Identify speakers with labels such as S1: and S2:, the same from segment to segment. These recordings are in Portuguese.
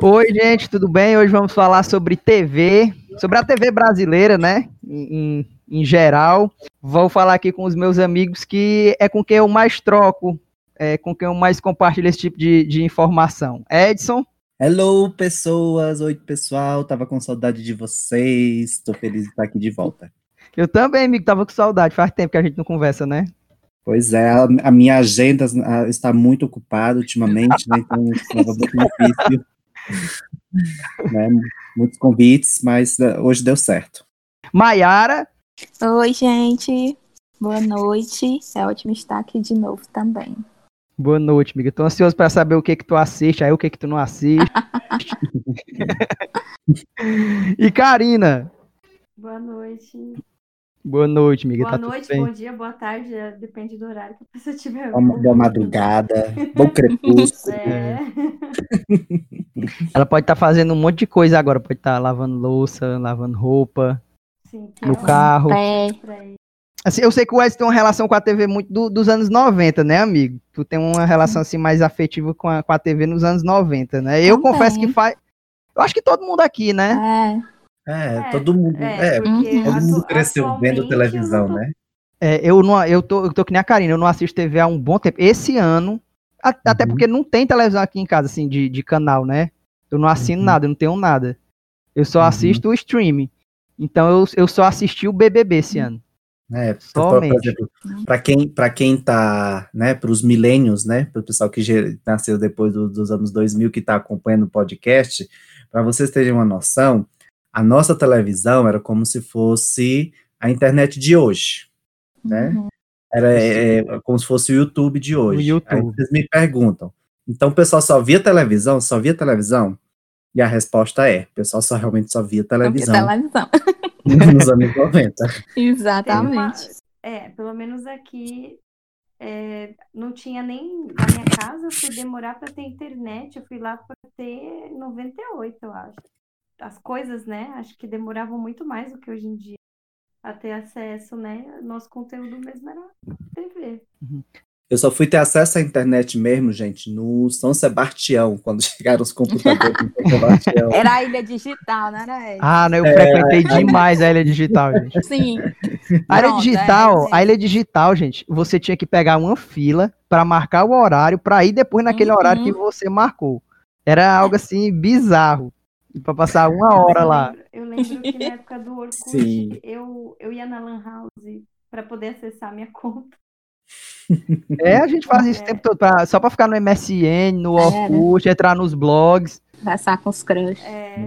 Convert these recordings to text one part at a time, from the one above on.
S1: Oi, gente, tudo bem? Hoje vamos falar sobre TV, sobre a TV brasileira, né? Em, em, em geral. Vou falar aqui com os meus amigos, que é com quem eu mais troco, é, com quem eu mais compartilho esse tipo de, de informação. Edson.
S2: Hello, pessoas! Oi, pessoal! Tava com saudade de vocês. Tô feliz de estar aqui de volta.
S1: Eu também, amigo, tava com saudade. Faz tempo que a gente não conversa, né?
S2: Pois é, a, a minha agenda a, está muito ocupada ultimamente, né? Então estava muito difícil. né? Muitos convites, mas uh, hoje deu certo.
S1: Maiara.
S3: Oi, gente. Boa noite. É ótimo estar aqui de novo também.
S1: Boa noite, amiga. Tô ansioso para saber o que que tu assiste, aí o que que tu não assiste. e Karina.
S4: Boa noite.
S1: Boa noite, amiga.
S4: Boa tá noite, bom dia, boa tarde, é, depende do horário que a pessoa tiver.
S2: Boa madrugada, né? bom crepúsculo.
S4: É.
S1: Ela pode estar tá fazendo um monte de coisa agora, pode estar tá lavando louça, lavando roupa,
S4: Sim, um-
S1: no carro.
S3: É.
S4: pra ele.
S1: Assim, eu sei que o Edson tem uma relação com a TV muito do- dos anos 90, né, amigo? Tu tem uma relação assim mais afetiva com a, com a TV nos anos 90, né? Eu
S3: Também.
S1: confesso que faz. Eu acho que todo mundo aqui, né?
S3: É.
S2: É,
S4: É,
S2: todo mundo.
S4: É,
S2: É,
S4: porque
S3: Uhum.
S2: todo mundo
S4: atu-
S2: cresceu vendo
S4: atualmente
S2: televisão,
S4: eu não tô-
S2: né?
S1: É, eu, não, eu, tô, eu tô que nem a Karina, eu não assisto TV há um bom tempo. Esse ano, a- até
S2: Uhum.
S1: porque não tem televisão aqui em casa, assim, de, de canal, né? Eu não assino
S2: Uhum.
S1: nada, eu não tenho nada. Eu só
S2: Uhum.
S1: assisto o streaming. Então eu, eu só assisti o BBB esse ano.
S2: É, por-
S1: Somente.
S2: por exemplo, para quem, para quem tá, né, para os milênios, né, para o pessoal que ge- nasceu depois do- dos anos 2000 que está acompanhando o podcast, para vocês terem uma noção, a nossa televisão era como se fosse a internet de hoje, né?
S3: Uhum.
S2: Era é, é, como se fosse o YouTube de hoje.
S1: YouTube.
S2: Aí vocês me perguntam. Então o pessoal só via televisão, só via televisão? E a resposta é, o pessoal só realmente só via televisão
S3: Televisão.
S2: nos anos 90.
S4: Tem uma-
S3: Exatamente.
S4: É, pelo menos aqui é, não tinha nem na minha casa, eu fui demorar para ter internet, eu fui lá para ter 98, eu acho. As coisas, né? Acho que demoravam muito mais do que hoje em dia a ter acesso, né? Nosso conteúdo mesmo era TV.
S2: Eu só fui ter acesso à internet mesmo, gente, no São Sebastião, quando chegaram os computadores no São Sebastião.
S3: Era a ilha digital, não era? Ed?
S1: Ah, né, eu frequentei demais a ilha digital, gente.
S3: Sim.
S1: A ilha
S3: Pronto,
S1: digital,
S3: é,
S1: a ilha digital, gente, você tinha que pegar uma fila pra marcar o horário, pra ir depois naquele
S3: Uhum.
S1: horário que você marcou. Era algo assim bizarro. Pra passar uma hora
S4: eu
S1: lá.
S4: Lembro, eu lembro que na época do
S2: Sim.
S4: Orkut, eu, eu ia na Lan House para poder acessar a minha conta.
S1: É, a gente faz isso o
S4: É.
S1: tempo todo, pra- só pra ficar no MSN, no
S3: Era.
S1: Orkut, entrar nos blogs.
S3: Conversar com os crush.
S4: É,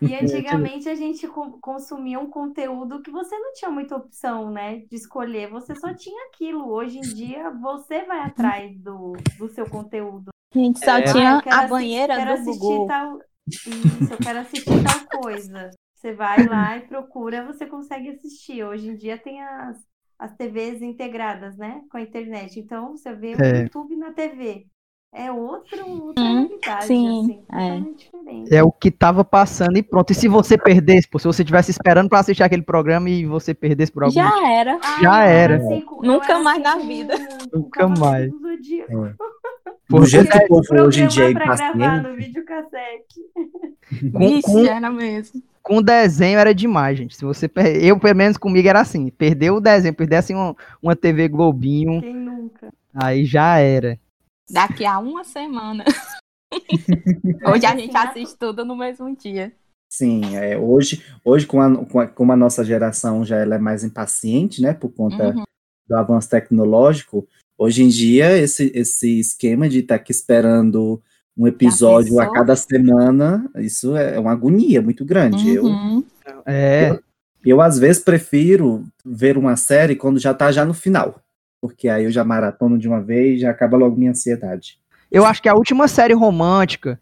S4: E antigamente a gente co- consumia um conteúdo que você não tinha muita opção, né, de escolher. Você só tinha aquilo. Hoje em dia você vai atrás do, do seu conteúdo.
S3: A gente só
S1: É.
S4: Ah,
S3: tinha
S4: eu quero
S3: a
S4: assi-
S3: banheira
S4: quero
S3: do
S4: assistir
S3: Gugu.
S4: tal isso, eu quero assistir tal coisa. Você vai lá e procura, você consegue assistir. Hoje em dia tem as, as TVs integradas, né, com a internet. Então você vê
S1: É.
S4: o YouTube na TV. É outro, outra
S3: Hum,
S4: realidade,
S3: sim,
S4: assim,
S3: é.
S4: totalmente diferente.
S1: É o que tava passando e pronto. E se você perdesse, pô, se você tivesse esperando pra assistir aquele programa e você perdesse por algum motivo.
S3: Já era.
S1: Já
S4: eu
S1: era.
S4: assim com- eu
S3: Nunca
S4: era assim,
S3: mais na
S4: com-
S3: vida.
S4: com
S1: Nunca
S4: Cavaleiro
S1: mais.
S4: do Zodíaco.
S2: Do jeito que
S1: Porque
S2: o povo hoje em dia é
S4: Programar pra gravar
S2: impaciente,
S4: no videocassete.
S1: com,
S3: Vixe,
S1: com,
S3: era mesmo.
S1: com desenho era demais, gente. Se você per- Eu, pelo menos comigo, era assim. Perdeu o desenho, perdesse uma, uma TV Globinho,
S4: Quem nunca?
S1: Aí já era.
S3: Daqui a uma semana. Hoje a gente
S4: Assim,
S3: assiste tudo no mesmo dia.
S2: Sim, é, hoje, hoje com a, com a- como a nossa geração já ela é mais impaciente, né, por conta
S3: Uhum.
S2: do avanço tecnológico, hoje em dia esse, esse esquema de estar aqui esperando um episódio a
S3: pensou?
S2: cada semana, isso é uma agonia muito grande. Eu
S3: Uhum.
S1: É.
S2: Eu, às vezes, prefiro ver uma série quando já tá já no final. Porque aí eu já maratono de uma vez e já acaba logo minha ansiedade.
S1: Eu acho que a última série romântica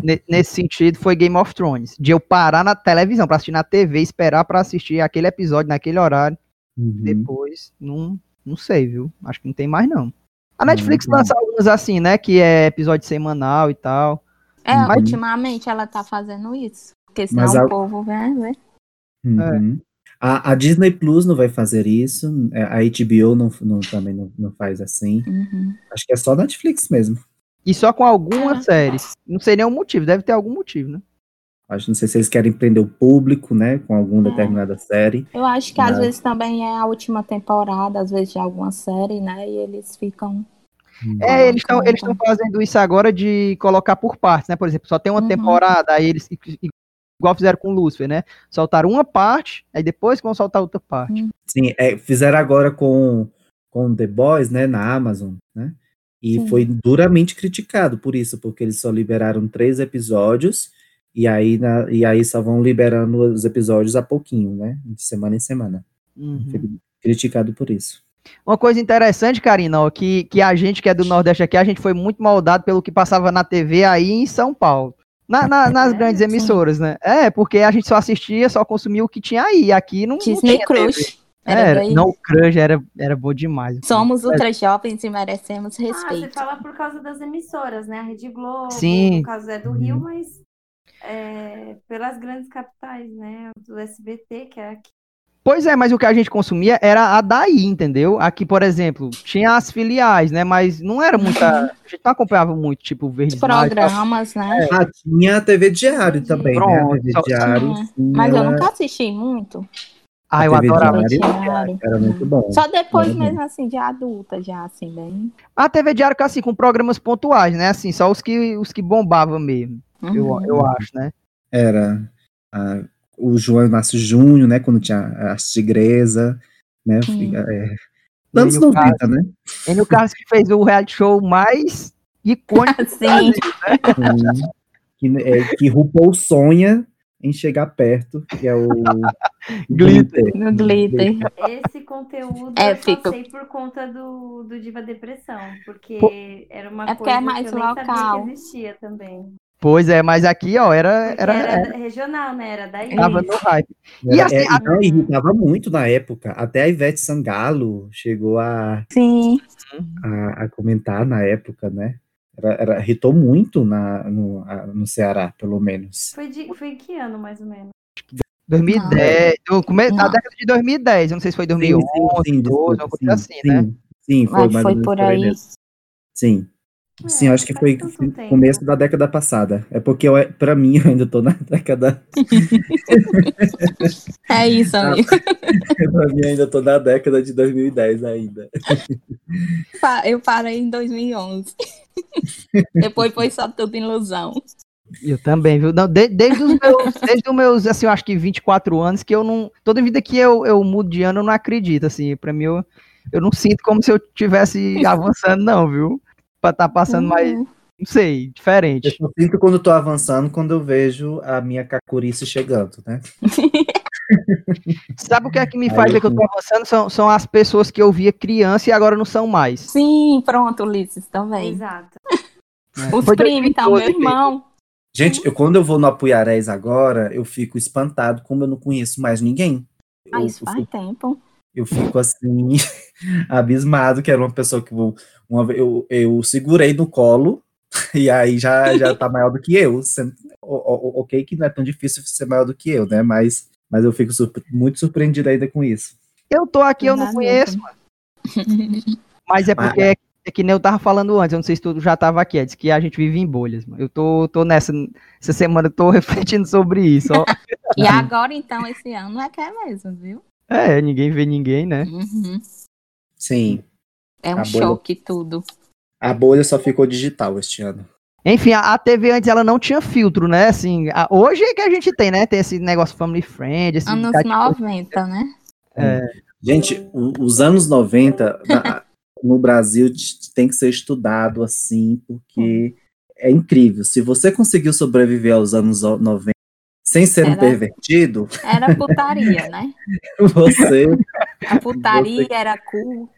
S1: ne- nesse sentido foi Game of Thrones. De eu parar na televisão pra assistir na TV, esperar pra assistir aquele episódio naquele horário. Uhum,
S2: Uhum.
S1: Depois, não, não sei, viu? Acho que não tem mais não. A
S2: Não,
S1: Netflix
S2: não tem.
S1: lança algumas assim, né? Que é episódio semanal e tal.
S3: É,
S2: Uhum.
S3: ultimamente ela tá fazendo isso. Porque senão
S2: Mas
S3: o
S2: a-
S3: povo vai ver.
S2: Uhum. A, a Disney Plus não vai fazer isso, é, a HBO não, não- também não, não faz assim.
S3: Uhum.
S2: Acho que é só Netflix mesmo.
S1: E só com algumas séries. Não sei nem o motivo, deve ter algum motivo, né?
S2: Acho, não sei se eles querem prender o público, né, com alguma
S3: É.
S2: determinada série.
S3: Eu acho que às
S2: Mas-
S3: vezes também é a última temporada, às vezes de alguma série, né? E eles ficam.
S1: É, eles estão
S3: Coloca,
S1: eles tão fazendo isso agora de colocar por partes, né? Por exemplo, só tem uma
S3: Uhum.
S1: temporada, aí eles. Igual fizeram com o Lucifer, né? Soltaram uma parte, aí depois vão soltar outra parte.
S2: Sim, é, fizeram agora com, com The Boys, né, na Amazon, né? E
S3: Sim.
S2: foi duramente criticado por isso, porque eles só liberaram três episódios e aí, na- e aí só vão liberando os episódios a pouquinho, né? De semana em semana.
S1: Uhum.
S2: Foi criticado por isso.
S1: Uma coisa interessante, Karina, ó, que, que a gente que é do Nordeste aqui, a gente foi muito moldado pelo que passava na TV aí em São Paulo. Na- na- nas
S4: É,
S1: grandes
S4: sim.
S1: emissoras, né? É, porque a gente só assistia, só consumia o que tinha aí. Aqui não, não
S3: Disney
S1: tinha TV.
S3: Crush. Era
S1: Era,
S3: bem-
S1: É, não, o Crush era, era bom demais.
S3: Somos ultra jovens e merecemos
S4: Ah, você
S3: respeito.
S4: fala por causa das emissoras, né? A Rede Globo,
S1: Sim.
S4: no caso é do Rio, mas é, pelas grandes capitais, né? Do SBT, que é aqui.
S1: Pois é, mas o que a gente consumia era a daí, entendeu? Aqui, por exemplo, tinha as filiais, né? Mas não era
S2: Uhum.
S1: muita. A gente não acompanhava muito, tipo, Verdes Mares,
S3: Programas, né?
S2: Ah, tinha a TV Diário
S4: Entendi.
S2: também, né?
S1: Pronto,
S2: A TV
S1: só-
S2: Diário.
S3: Sim,
S2: sim,
S3: Mas eu
S2: ela-
S3: nunca assisti muito.
S1: Ah, eu
S2: a TV
S1: adorava.
S2: Diário
S3: Diário.
S2: Era muito bom.
S3: Só depois
S2: Uhum.
S3: mesmo, assim, de adulta, já, assim, bem.
S1: A TV Diário que assim, com programas pontuais, né? Assim, só os que, os que bombavam mesmo, eu,
S3: Uhum.
S1: eu acho, né?
S2: Era ah, o João Inácio Júnior, né? Quando tinha a tigresa, né?
S3: Sim.
S2: É, anos
S1: Emílio
S2: 90, né?
S1: Enio Carlos que fez o reality show mais icônico. do
S3: Sim.
S1: Brasil.
S2: Sim. que, é, que RuPaul sonha em chegar perto, que é o
S1: Glitter.
S3: No glitter.
S4: Esse conteúdo
S3: É,
S4: eu só
S3: fica-
S4: sei por conta do, do Diva Depressão, porque era uma
S3: É porque
S4: coisa
S3: é mais
S4: que eu nem sabia
S3: local.
S4: que existia também.
S1: Pois é, mas aqui, ó, era.
S4: Porque
S1: era,
S4: era, regional, né? Era daí.
S1: tava no hype.
S2: Era-
S1: E assim,
S2: é,
S1: a-
S2: não, irritava muito na época. Até a Ivete Sangalo chegou a,
S3: Sim.
S2: a, a comentar na época, né? Era, era- irritou muito na, no, a- no Ceará, pelo menos.
S4: Foi, de, foi em que ano, mais ou menos?
S1: 2010. No começo, na
S3: Não.
S1: década de 2010, eu não sei se foi 2011, 2012,
S2: sim, desculpa,
S1: uma coisa assim,
S2: sim,
S1: né?
S2: Sim, sim, foi
S3: Mas
S2: mais
S3: foi
S2: ou menos
S3: por
S2: aí
S3: aí.
S2: mesmo. Sim. Sim,
S4: É,
S2: eu acho que
S4: faz
S2: foi
S4: tanto tempo.
S2: começo da década passada. É porque, eu, pra mim, eu ainda tô na década.
S3: É isso, amigo.
S2: Ah, pra mim, eu ainda tô na década de 2010 ainda.
S3: Pa- Eu parei em 2011. Depois foi só tudo ilusão.
S1: Eu também, viu? Não, de- desde os meus, desde os meus, assim, eu acho que 24 anos, que eu não. Toda vida que eu, eu mudo de ano, eu não acredito, assim. Pra mim, eu, eu não sinto como se eu estivesse avançando, não, viu? Pra estar passando
S2: Hum.
S1: mais,
S3: Uhum.
S1: não sei,
S2: Eu
S1: diferente.
S2: só sinto quando eu tô avançando, quando eu vejo a minha cacurice chegando, né?
S1: Sabe o que é que me
S2: Aí
S1: faz
S2: eu
S1: ver que eu tô avançando? São, são as pessoas que eu via criança e agora não são mais.
S3: Sim, pronto, Ulisses, também.
S4: Exato.
S3: Os
S1: Foi
S3: primos, então, meu
S1: 2012,
S3: irmão.
S2: Gente, eu, quando eu vou no Apuiarés agora, eu fico espantado como eu não conheço mais ninguém.
S3: Ah,
S2: Eu-
S3: isso
S2: eu
S3: faz tempo.
S2: eu fico assim, abismado, que era uma pessoa que eu- uma, ve- eu, eu segurei no colo, e aí já, já tá maior do que eu. sendo- o- o- o- ok, que não é tão difícil ser maior do que eu, né? Mas, mas eu fico surpre- muito surpreendido ainda com isso.
S1: Eu tô aqui, eu não
S3: Nada
S1: conheço,
S3: mesmo.
S1: mas é porque é, é que nem eu tava falando antes, eu não sei se tu já tava aqui, é, diz que a gente vive em bolhas, mano. Eu tô, tô nessa. Essa semana eu tô refletindo sobre isso, ó.
S3: E
S1: Uhum.
S3: agora, então, esse ano é que é mesmo, viu?
S1: É, ninguém vê ninguém, né?
S3: Uhum.
S2: Sim,
S3: É um
S2: Tá bom.
S3: choque tudo.
S2: a bolha só ficou digital este ano.
S1: Enfim, a, a TV antes ela não tinha filtro, né? Assim, a- hoje é que a gente tem, né? Tem esse negócio family friend, esse
S3: Anos
S1: bocado Tá de coisa.
S3: 90, né?
S2: Gente, o- os anos 90 na- no Brasil t- tem que ser estudado assim, porque é incrível. Se você conseguiu sobreviver aos anos o- 90 sem ser um
S3: Era-
S2: pervertido,
S3: Era putaria, né?
S2: você
S3: A putaria era cu. Era cu.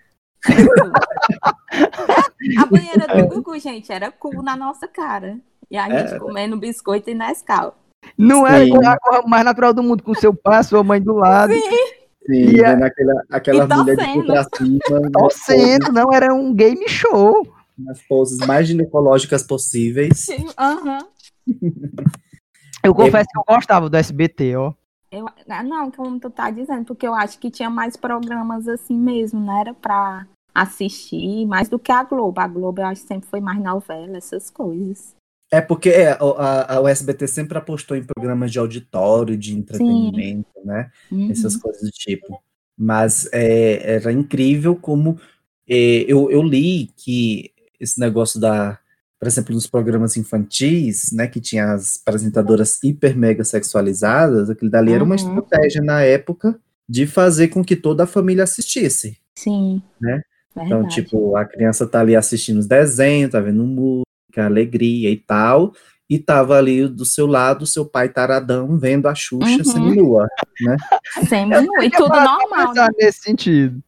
S3: A banheira do Gugu, gente, era cu na nossa cara. E a
S1: É.
S3: gente comendo biscoito e Nescau.
S1: Não é
S2: Sim.
S1: a coisa mais natural do mundo, com seu pai, sua mãe do lado,
S2: Sim,
S1: E a-
S2: vendo aquela, aquela
S3: e torcendo.
S2: mulher de cu pra cima, nas poses-
S1: torcendo, não, era um game show.
S2: nas poses mais ginecológicas possíveis.
S3: Aham.
S1: Eu confesso que eu gostava do SBT, ó.
S3: Eu, ah, não, como tu tá dizendo, porque eu acho que tinha mais programas assim mesmo, não era pra assistir mais do que a Globo. A Globo, eu acho que sempre foi mais novela, essas coisas.
S2: É porque é, a, a, o SBT sempre apostou em programas de auditório, de entretenimento, né?
S3: Uhum.
S2: Essas coisas do tipo. Mas é, era incrível como é, eu, eu li que esse negócio da, por exemplo, nos programas infantis, né, que tinha as apresentadoras hiper mega sexualizadas, aquilo dali era uma
S3: Uhum.
S2: estratégia na época de fazer com que toda a família assistisse.
S3: Sim.
S2: Né?
S3: Verdade.
S2: Então, tipo, a criança tá ali assistindo os desenhos, tá vendo música, alegria e tal, e tava ali do seu lado, seu pai taradão vendo a Xuxa
S3: Uhum.
S2: seminua.
S3: Sempre, e
S1: Eu
S3: tudo
S1: parei pra
S3: normal.
S1: pensar nesse sentido.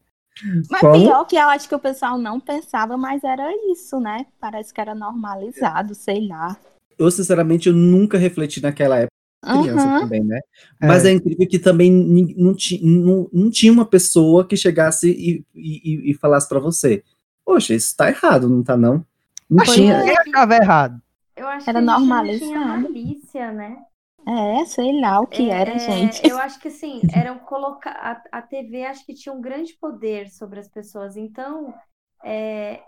S3: Mas
S2: Como?
S3: pior que eu acho que o pessoal não pensava, mas era isso, né? Parece que era normalizado, sei lá.
S2: Eu, sinceramente, eu nunca refleti naquela época, criança
S3: Aham.
S2: também, né? Mas é, incrível que também nin- não, ti- não- não tinha uma pessoa que chegasse e, e- e- e falasse pra você, poxa, isso tá errado, não tá não? Não
S1: Mas
S2: tinha,
S1: ninguém achava é errado.
S4: Eu acho
S3: Era
S4: que a gente não
S3: normalizado.
S4: tinha malícia, né?
S3: É, sei lá o que
S4: É,
S3: era,
S4: é,
S3: gente.
S4: Eu acho que assim, eram colocar a, a TV acho que tinha um grande poder sobre as pessoas. Então, é,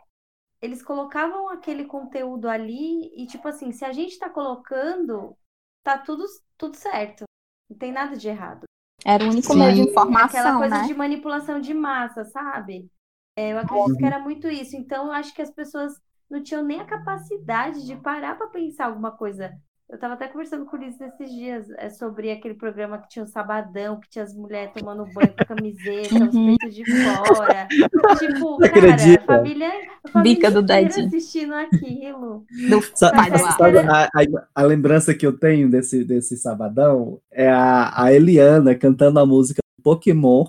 S4: eles colocavam aquele conteúdo ali e tipo assim, se a gente tá colocando, tá tudo tudo certo. Não tem nada de errado.
S3: Era o único
S1: Sim.
S3: meio de
S4: Aquela
S3: informação,
S4: coisa
S3: né?
S4: de manipulação de massa, sabe? É, eu acredito que era muito isso. Então, eu acho que as pessoas não tinham nem a capacidade de parar para pensar alguma coisa. Eu tava até conversando com o Ulisses esses dias é, sobre aquele programa que tinha o Sabadão, que tinha as mulheres tomando banho com camiseta, os
S3: Uhum.
S4: peitos de fora. Tipo, cara,
S2: acredito.
S4: a família, a família
S3: Bica do
S4: inteira
S3: Dadinho.
S4: assistindo aquilo.
S3: Do
S2: Sa-
S3: pai do
S4: Mas
S3: ar.
S2: sabe a, a- a lembrança que eu tenho desse, desse sabadão é a, a Eliana cantando a música do Pokémon.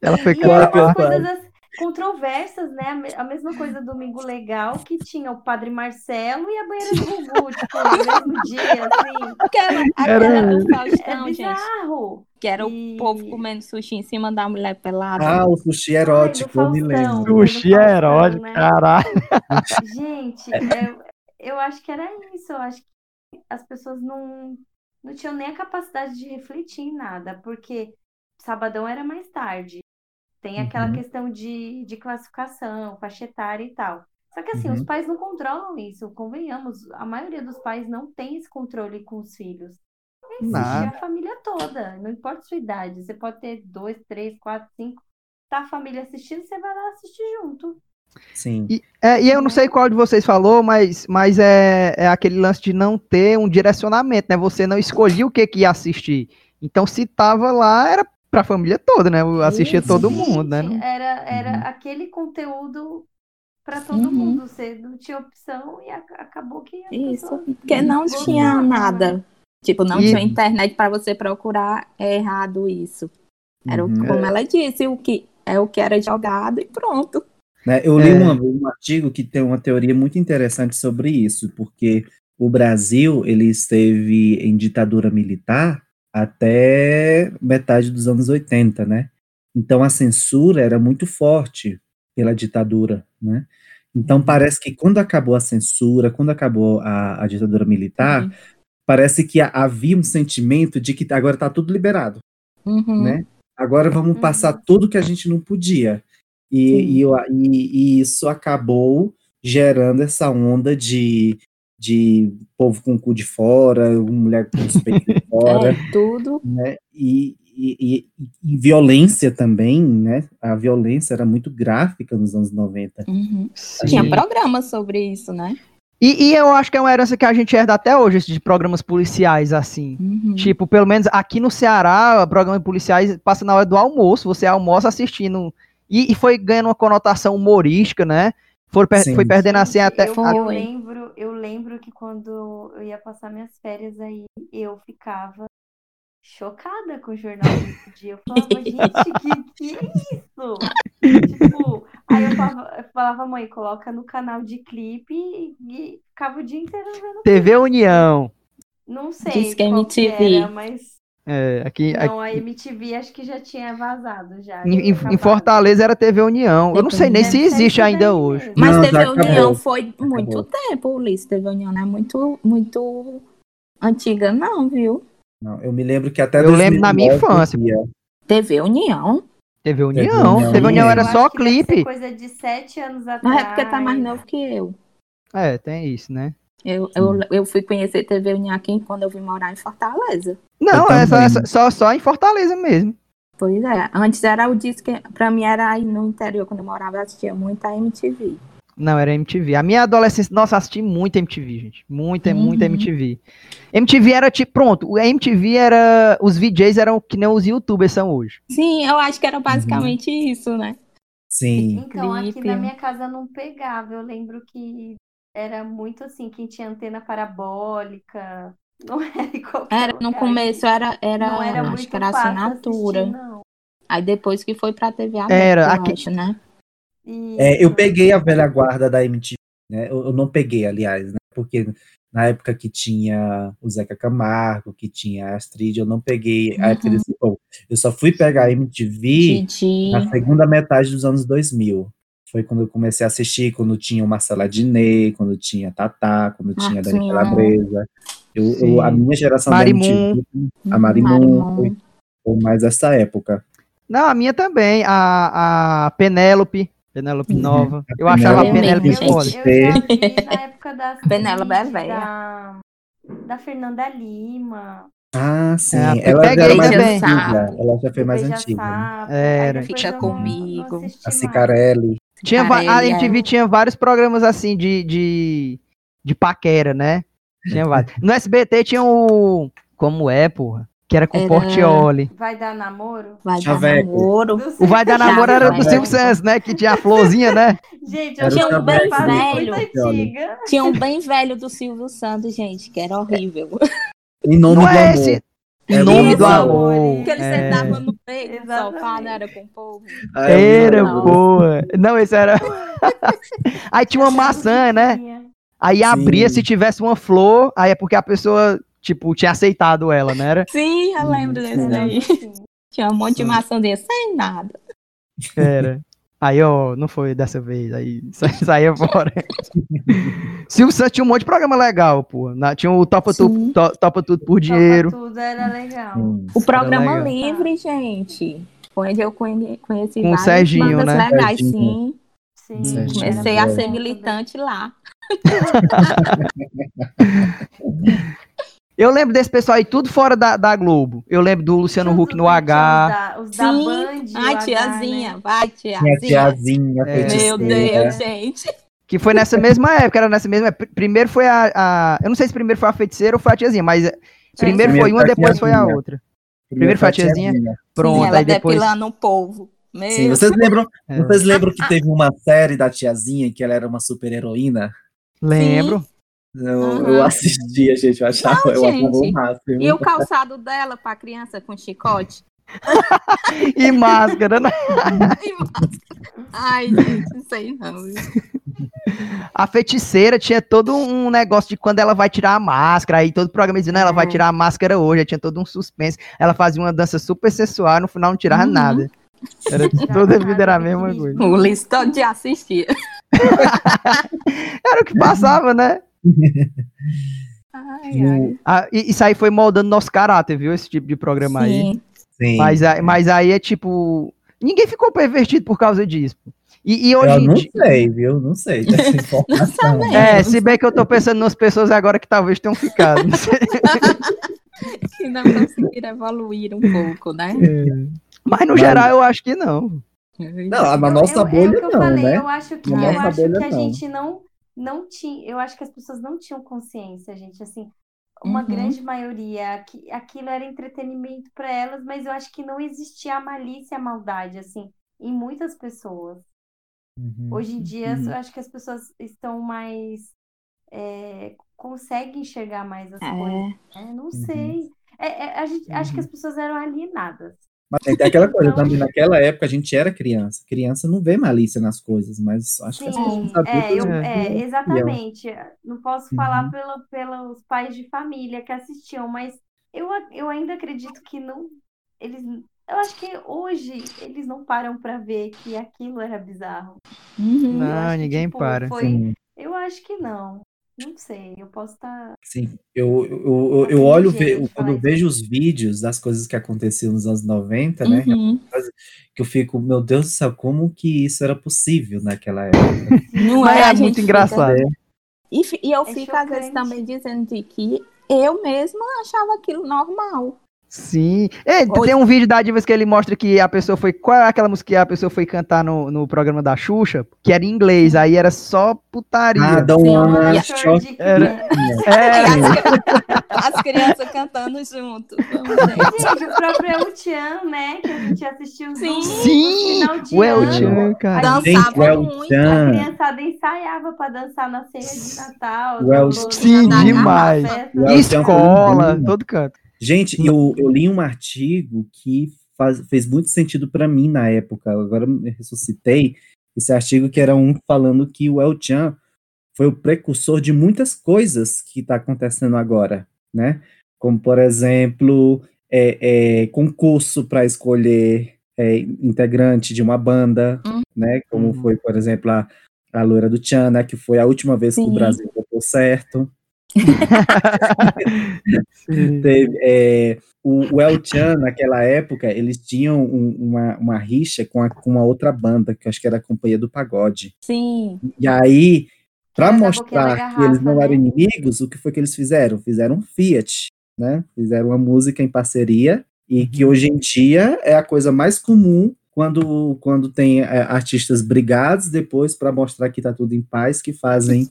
S1: Ela foi
S4: E eram
S1: clara.
S2: Claro,
S4: umas
S2: claro.
S4: coisas as- controversas, né? A me- A mesma coisa do Domingo Legal, que tinha o Padre Marcelo e a banheira do Gugu, tipo, no mesmo dia, assim.
S3: Aquela, aquela
S1: Era-
S2: um-
S3: do
S4: É
S3: Faustão, gente.
S4: bizarro.
S3: Que era o
S4: E-
S3: povo comendo sushi em cima da mulher pelada.
S2: Ah, o sushi
S4: do
S2: erótico, eu me
S4: Faustão.
S2: lembro.
S1: Sushi
S4: Faustão,
S1: é erótico,
S4: né?
S1: caralho.
S2: É.
S4: Gente, eu, eu acho que era isso. Eu acho que as pessoas não, não tinham nem a capacidade de refletir em nada, porque sabadão era mais tarde. Tem aquela
S2: Uhum.
S4: questão de, de classificação, faixa etária e tal. Só que assim,
S2: Uhum.
S4: os pais não controlam isso, convenhamos. A maioria dos pais não tem esse controle com os filhos. Existe é
S1: Nada.
S4: a família toda, não importa a sua idade. Você pode ter dois, três, quatro, cinco. Tá a família assistindo, você vai lá assistir junto.
S2: Sim.
S1: É, e eu não sei qual de vocês falou, mas, mas é, é aquele lance de não ter um direcionamento, né? Você não escolhia o que, que ia assistir. Então, se tava lá, era pra família toda, né? Assistia
S2: Isso,
S1: todo
S2: gente.
S1: mundo, né? Não-
S4: Era, era
S2: Uhum.
S4: aquele conteúdo para todo
S3: Uhum.
S4: mundo. Você não tinha opção e a- acabou que as
S3: Isso.
S4: pessoas-
S3: Porque não
S2: Uhum.
S4: Gostava,
S3: tinha
S4: né?
S3: nada. Tipo, não
S1: E-
S3: tinha internet para você procurar. É errado isso. Era um o-
S2: Uhum.
S3: como ela disse, o que é o que era jogado e pronto.
S2: Né, Eu li
S1: É.
S2: uma- um artigo que tem uma teoria muito interessante sobre isso, porque o Brasil ele esteve em ditadura militar até metade dos anos 80, né? Então a censura era muito forte pela ditadura, né? Então parece que quando acabou a censura, quando acabou a, a ditadura militar,
S3: Uhum.
S2: parece que ha- havia um sentimento de que agora está tudo liberado
S3: Uhum.
S2: Né? agora vamos
S4: Uhum.
S2: passar tudo que a gente não podia.
S3: Sim.
S2: E, e eu- e- e isso acabou gerando essa onda de, de povo com o cu de fora, mulher com os peitos de fora,
S3: É, tudo.
S2: né? E, e- e- e violência também, né? A violência era muito gráfica nos anos 90.
S3: Uhum.
S2: A
S3: Tinha
S2: gente-
S3: programa sobre isso, né?
S1: E, e eu acho que é uma herança que a gente herda até hoje, esse de programas policiais, assim.
S3: Uhum.
S1: Tipo, pelo menos aqui no Ceará, programas policiais passa na hora do almoço, você almoça assistindo. E, e foi ganhando uma conotação humorística, né? Foi, per-
S2: Sim.
S1: foi perdendo assim
S4: Gente,
S1: até.
S4: eu,
S3: Foi.
S4: eu lembro, eu lembro que quando eu ia passar minhas férias aí, eu ficava chocada com o jornal do dia. Eu falava, gente, que que é isso? Tipo, aí eu falava, eu falava, mãe, coloca no canal de clipe e, e ficava o dia inteiro vendo.
S1: TV União.
S4: Não sei
S3: Diz que é
S4: qual que
S3: MTV.
S4: era, mas
S1: É, aqui, aqui-
S4: Não, a MTV acho que já tinha vazado já. tá
S1: em, em- em
S4: acabado.
S1: Fortaleza era TV União. Eu não sei nem
S3: Deve
S1: se
S4: ser
S1: existe
S4: isso
S1: ainda
S4: daí
S1: hoje.
S4: mesmo.
S3: Mas
S2: Não,
S3: teve
S2: já acabou.
S3: união foi muito
S2: Acabou.
S3: tempo, Ulisses. Teve união não é muito, muito antiga, não, viu?
S2: Não, eu me lembro que até
S1: Eu lembro na minha
S2: 2009
S1: infância.
S2: ia.
S3: TV União.
S1: Teve União.
S2: União.
S1: Teve União era
S4: Eu
S1: só
S4: acho que deve ser
S1: clipe.
S4: coisa de sete anos atrás.
S3: Não é porque tá mais novo que eu.
S1: É, tem isso, né?
S3: Eu,
S4: Hum.
S3: eu, eu fui conhecer TV União aqui quando eu vim morar em Fortaleza.
S1: Não,
S2: Eu
S1: é só,
S2: também.
S1: é só- só, só em Fortaleza mesmo.
S3: Pois é, antes era o disco que pra mim era aí no interior, quando eu morava, eu assistia muito a MTV.
S1: Não, era MTV. A minha adolescência, nossa, assisti muito MTV, gente. é Muita,
S3: Uhum.
S1: muita MTV. MTV era tipo, pronto, o MTV era. Os VJs eram que nem os youtubers são hoje.
S3: Sim, eu acho que era basicamente
S4: Uhum.
S3: isso, né?
S2: Sim.
S4: Então, aqui
S3: Clipe.
S4: na minha casa não pegava. Eu lembro que era muito assim, quem tinha antena parabólica. Não era em qualquer
S3: Era no
S4: lugar.
S3: começo, era, era,
S4: É. Não era
S3: acho
S4: muito
S3: que era
S4: fácil
S3: assinatura.
S4: assistir, não.
S3: Aí depois que foi pra TV aberta,
S1: Era,
S3: eu
S1: aqui-
S3: acho, né?
S2: É, eu
S4: Isso.
S2: peguei a velha guarda da MTV, né? Eu, eu não peguei, aliás, né? Porque na época que tinha o Zeca Camargo, que tinha a Astrid, eu não peguei a época
S3: Uhum.
S2: desse povo. Eu só fui pegar a MTV
S3: Didi.
S2: na segunda metade dos anos 2000. Foi quando eu comecei a assistir, quando tinha o Marcela Diney, quando tinha a Tatá, quando tinha a Dani
S3: Marcinho.
S2: Calabresa. Eu, eu- a
S1: Sim.
S2: minha geração
S1: Marimun. Uhum.
S2: da MTV a Marimun,
S3: Marimun.
S2: foi- foi mais essa época.
S1: Não, a minha também. A, a Penélope. Penélope
S3: Uhum.
S1: Nova. Eu
S2: A
S1: achava a
S3: Penélope.
S1: Penélope
S4: eu,
S3: Gente.
S1: foda.
S4: eu já vi na época da
S3: Penélope é
S4: Cid,
S3: velha.
S4: da, da Fernanda Lima,
S2: Ah, sim.
S1: Ah,
S2: ela já
S1: peguei
S2: era mais
S3: também.
S2: antiga. Ela já foi
S4: do
S2: mais
S4: Beija
S2: antiga. né?
S4: Sapo.
S1: Era.
S4: Aí depois
S3: Fica
S4: eu não-
S3: comigo.
S4: não assisti
S2: A
S4: mais.
S2: Cicarelli.
S1: Tinha, va- a
S3: Carelli,
S1: MTV tinha vários programas assim de, de, de paquera, né? Tinha vários. No SBT tinha o. Como é, porra? Que era com
S3: Era-
S1: Portioli.
S4: Vai dar namoro?
S3: Vai dar
S2: Chaveco.
S3: namoro.
S4: Não sei.
S1: O Vai Dar Namoro era do Silvio
S3: Chaveco.
S1: Santos, né? Que tinha a florzinha, né?
S4: Gente,
S2: Era
S4: eu é
S2: o
S4: sou
S3: Tinha um
S4: uma
S3: bem
S2: Chaveco.
S4: fase
S3: velho.
S4: muito antiga.
S3: Tinha um bem velho do Silvio Santos, gente, que era horrível.
S2: Em nome
S1: Não
S2: do
S1: é
S2: amor.
S1: esse-
S2: É
S1: Nome
S2: Lulu.
S1: do
S4: amor.
S1: amor.
S3: Que ele
S1: É.
S3: sentava no meio do sofá,
S4: Exatamente.
S3: não era com o povo.
S2: Ah, é
S1: Era
S2: Lulu.
S3: Não.
S1: boa. Não, esse era. Aí tinha uma maçã, né? Aí abria
S2: Sim.
S1: se tivesse uma flor, aí é porque a pessoa, tipo, tinha aceitado ela, né? Era?
S3: Sim, eu lembro desse
S4: Era
S3: daí.
S4: assim.
S3: Tinha um monte de
S2: Sim.
S3: maçã desse, sem nada.
S1: Era. Aí, ó, não foi dessa vez. Aí sa- saía fora. Silvio Santos tinha um monte de programa legal, pô. Na- tinha o Topa,
S3: Sim.
S1: tu, to- Topa Tudo por Dinheiro.
S4: Tava Tudo era legal.
S2: Hum.
S3: O programa
S1: legal.
S3: livre, gente. Foi onde eu conhe- conheci
S1: Com o
S3: várias
S1: Serginho,
S3: bandas
S1: né?
S3: legais,
S2: Serginho.
S3: sim.
S4: Sim,
S2: Certo.
S4: era
S3: Comecei
S4: bom
S3: é a ser
S4: também.
S3: militante lá.
S1: Eu lembro desse pessoal aí, tudo fora da, da Globo. Eu lembro do Luciano
S4: Tudo
S1: Huck no
S4: que
S1: H.
S4: tinha Os da, os
S3: Sim.
S4: da Band. e o
S3: Ai,
S4: H,
S3: tiazinha,
S4: né?
S3: vai,
S2: Tinha a
S3: tiazinha.
S2: tiazinha, a
S1: É.
S3: Meu
S2: feiticeira.
S3: Deus, gente.
S1: Que foi nessa mesma época, era nessa mesma época. Pr- Primeiro foi a, a- Eu não sei se primeiro foi a feiticeira ou foi a tiazinha, mas é, primeiro
S2: Primeiro
S1: foi uma,
S2: foi a
S1: depois foi a
S2: tiazinha.
S1: outra. Primeiro foi a tiazinha. Pronto,
S3: Sim, ela
S1: aí depois.
S3: depilando o povo. Meu
S2: Sim, vocês lembram,
S1: É.
S2: vocês lembram que teve uma série da tiazinha que ela era uma super heroína?
S1: Lembro.
S2: Eu, eu
S3: Aham.
S2: assistia, gente, eu achava, eu achava o
S3: gente.
S2: máximo.
S3: E o calçado dela pra criança com chicote?
S1: E máscara, né?
S3: Ai, gente, não sei não. viu?
S1: A feiticeira tinha todo um negócio de quando ela vai tirar a máscara, aí todo programa dizendo, "Não, ela vai
S4: É.
S1: tirar a máscara hoje, aí tinha todo um suspense. Ela fazia uma dança super sensual, no final não tirava
S3: Uhum.
S1: nada. Era, toda vida era a mesma coisa.
S3: O Liz todo dia assistia.
S1: Era o que passava, né?
S2: Hum,
S3: Ai, ai.
S1: Ah, e- isso aí foi moldando nosso caráter, viu? Esse tipo de programa aí.
S3: Sim.
S2: Sim.
S1: Mas, aí- mas aí é tipo. Ninguém ficou pervertido por causa disso. pô. E, e hoje
S2: eu
S1: em
S2: não
S1: dia-
S2: sei, viu? Não sei dessa informação.
S1: É, se bem que eu tô pensando nas pessoas agora que talvez tenham ficado. não sei.
S3: Que não conseguiram evoluir um pouco, né?
S1: Mas no
S2: Mas-
S1: geral eu acho que não.
S2: Não, na
S4: Eu-
S2: nossa
S4: eu-
S2: bolha
S4: é o que eu
S2: não,
S4: falei,
S2: né?
S4: Eu acho que, é,
S2: Na
S4: eu
S3: nossa
S4: acho
S2: bolha,
S4: que a
S2: não.
S4: gente não, não tinha, eu acho que as pessoas não tinham consciência, gente, assim, uma
S3: Uhum.
S4: grande maioria, que, aquilo era entretenimento para elas, mas eu acho que não existia a malícia, a maldade, assim, em muitas pessoas. Hoje em dia,
S2: Uhum.
S4: eu acho que as pessoas estão mais, é, conseguem enxergar mais as coisas,
S3: É.
S4: né?
S2: Uhum.
S4: Não sei. É- é, a gente- acho que as pessoas eram alienadas.
S2: Mas é aquela coisa,
S4: Então-
S2: também naquela época a gente era criança. Criança não vê malícia nas coisas, mas acho que as
S4: Sim,
S2: pessoas
S4: é, eu-
S1: né?
S4: é, exatamente. Não posso
S2: Uhum.
S4: falar pelo, pelos pais de família que assistiam, mas eu, a- eu ainda acredito que não. Eles, eu acho que hoje eles não param pra ver que aquilo era bizarro.
S3: Uhum.
S4: Eu
S1: Não,
S4: Hum, acho que,
S1: Ah, ninguém
S4: tipo,
S1: para.
S4: Foi,
S2: Sim.
S4: eu acho que não. Não sei, eu posso tá, estar.
S2: Sim, eu, eu, eu, eu olho, ve- quando eu vejo os vídeos das coisas que aconteciam nos anos
S1: é,
S2: 90, né?
S3: Uhum.
S2: Que eu fico, meu Deus do céu, como que isso era possível naquela época?
S3: Não
S1: Mas
S3: é, a
S1: é muito
S3: gente
S1: engraçado.
S3: E, fi- e eu
S4: É
S3: fico, às vezes,
S4: chocante.
S3: também dizendo de que eu mesma achava aquilo normal.
S1: Sim. Ei,
S3: Ou-
S1: tem um vídeo da Divas que ele mostra que a pessoa foi. Qual é aquela música que a pessoa foi cantar no, no programa da Xuxa? Que era em inglês, aí era só putaria.
S2: Cada
S3: Sim,
S4: tá
S2: uma
S3: olha.
S2: shot-
S1: Era-
S3: E
S2: Ah,
S1: É,
S3: as, as crianças cantando junto. Vamos ver.
S4: Gente, o próprio El Chan, né? Que a gente assistiu
S3: Sim.
S4: junto,
S1: Sim,
S4: final de
S1: o El
S4: ano.
S1: Chan, cara.
S4: Ai,
S2: Gente,
S3: Dançava
S2: well
S3: muito.
S4: A
S2: done.
S4: criançada ensaiava pra dançar na ceia de Natal.
S2: Well,
S4: no- no-
S1: sim,
S4: na- na
S1: demais.
S4: festa.
S2: Well, Chan foi
S1: Escola,
S2: lindo.
S1: todo canto.
S2: Gente, eu, eu li um artigo que faz- fez muito sentido para mim na época. Agora eu ressuscitei esse artigo que era um falando que o El Chan foi o precursor de muitas coisas que está acontecendo agora, né? Como, por exemplo, é, é, concurso para escolher é, integrante de uma banda,
S3: Uhum.
S2: né? Como
S1: Uhum.
S2: foi, por exemplo, a, a Loira do Tchan, né? Que foi a última vez que
S3: Sim.
S2: o Brasil votou certo.
S1: Sim.
S2: Teve, é, o, o El Chan, naquela época, eles tinham um- uma, uma rixa com, a- com uma outra banda, que eu acho que era a Companhia do Pagode.
S3: Sim.
S2: E aí, para
S4: era da Boquinha
S2: mostrar
S4: da
S2: que eles
S4: Garrafa,
S2: não
S4: né?
S2: eram inimigos, o que foi que eles fizeram? Fizeram um Fiat, né? Fizeram uma música em parceria, e que
S4: Uhum.
S2: hoje em dia é a coisa mais comum quando, quando tem é, artistas brigados, depois, para mostrar que tá tudo em paz, que fazem,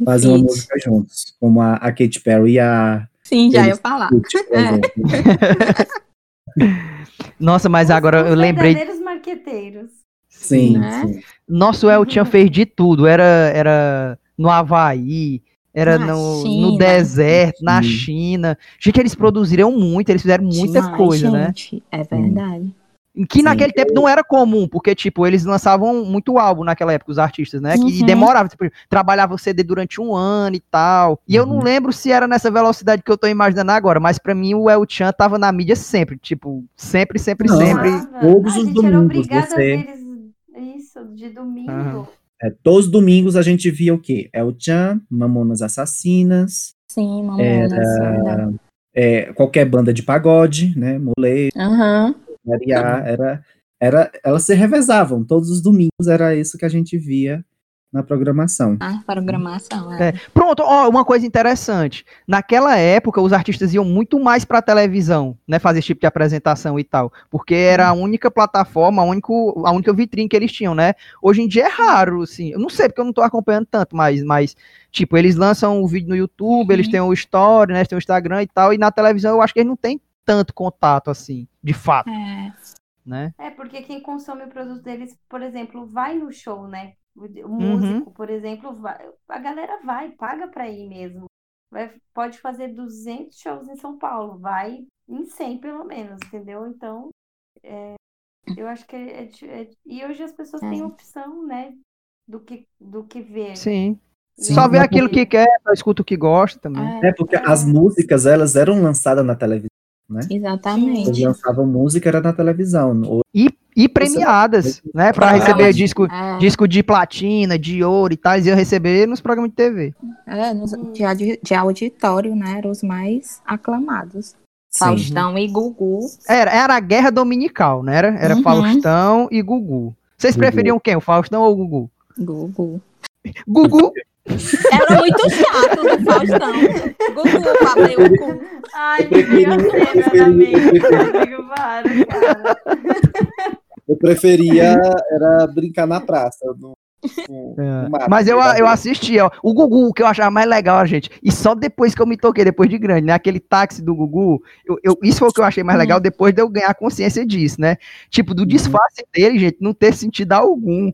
S4: Um
S2: fazem uma
S3: Sim.
S2: música juntos, como a, a Katy Perry e a
S3: Sim, já ia falar.
S2: Kut, por
S3: É.
S2: exemplo.
S1: Nossa, mas agora eu
S3: tá
S4: Os
S1: lembrei.
S4: Verdadeiros marqueteiros.
S2: Sim,
S3: Né?
S2: sim.
S1: Nossa, o El Chan fez de tudo. Era, era no Havaí, era
S3: Na
S1: no,
S3: China.
S1: no deserto, na
S2: Sim.
S1: China. Gente, eles produziram muito, eles fizeram muita
S3: Demais,
S1: coisa, né?
S3: gente. É verdade.
S1: Que
S2: Sim.
S1: naquele tempo não era comum, porque, tipo, eles lançavam muito álbum naquela época, os artistas, né? Que
S3: Uhum.
S1: demorava, tipo, trabalhava o CD durante um ano e tal. E eu não
S2: Uhum.
S1: lembro se era nessa velocidade que eu tô imaginando agora, mas pra mim o El Chan tava na mídia sempre, tipo, sempre, sempre,
S2: Não,
S1: sempre.
S4: Tava.
S2: todos
S4: a
S2: os
S4: gente era
S2: domingos,
S4: obrigada a
S2: você-
S4: ver eles- isso, de domingo.
S1: Aham.
S2: É, todos os domingos a gente via o quê? É o Chan, Mamonas Assassinas,
S3: Sim, mamonas. verdade.
S2: é, qualquer banda de pagode, né? Moleiro,
S3: Aham.
S2: Mariá, era, era, elas se revezavam. Todos os domingos era isso que a gente via na programação.
S3: A programação.
S1: É. Pronto, ó, uma coisa interessante. Naquela época, os artistas iam muito mais pra televisão, né? Fazer esse tipo de apresentação e tal. Porque era a única plataforma, a, único, a única vitrine que eles tinham, né? Hoje em dia é raro, assim. Eu não sei, porque eu não tô acompanhando tanto, mas, mas tipo, eles lançam um vídeo no YouTube,
S3: Uhum.
S1: eles têm o Story, né? Eles têm o Instagram e tal. E na televisão eu acho que eles não têm tanto contato, assim, de fato,
S3: É.
S1: né?
S4: É, porque quem consome o produto deles, por exemplo, vai no show, né? O o
S1: Uhum.
S4: músico, por exemplo, vai- a galera vai, paga pra ir mesmo. Vai- pode fazer 200 shows em São Paulo, vai em 100 pelo menos, entendeu? Então, é, eu acho que é, di- é di- e hoje as pessoas têm
S3: É.
S4: opção, né? Do que, do que ver.
S1: Sim.
S2: Sim,
S1: Só
S2: vê
S1: ver
S2: né,
S1: aquilo que quer, só escuta o que gosta também.
S2: É porque
S4: É.
S2: as músicas, elas eram lançadas na televisão.
S3: é.
S2: Eles
S3: Exatamente.
S2: lançavam música, era na televisão. Ou-
S1: E, e premiadas, né? Pra
S2: Ah,
S1: receber
S2: ótimo.
S1: disco,
S3: É.
S1: disco de platina, de ouro e tal, eles iam receber nos programas de TV.
S3: É, nos-
S4: Hum.
S3: de, audi- de auditório, né? Eram os mais aclamados.
S2: Sim.
S3: Faustão e Gugu.
S1: Era, era a guerra dominical, né? Era, era
S3: Uhum.
S1: Faustão e Gugu. Vocês
S2: Gugu.
S1: preferiam quem? O Faustão ou o Gugu?
S3: Gugu.
S1: Gugu!
S3: Era muito chato do Faustão. Gugu, papai, o cu.
S4: Ai, me
S2: prefiro-
S4: veio a
S2: eu
S4: cena da
S2: prefiro-
S4: mente, Rodrigo, para, cara. né,
S2: Eu preferia era brincar na praça. no- no-
S1: É.
S2: no mato,
S1: Mas eu,
S2: pegar
S1: eu assistia, ó. O Gugu, o que eu achava mais legal, gente. E só depois que eu me toquei, depois de grande, né? Aquele táxi do Gugu. eu- eu- isso foi o que eu achei mais
S3: Hum.
S1: legal depois de eu ganhar consciência disso, né? Tipo, do disfarce dele, gente, não ter sentido algum.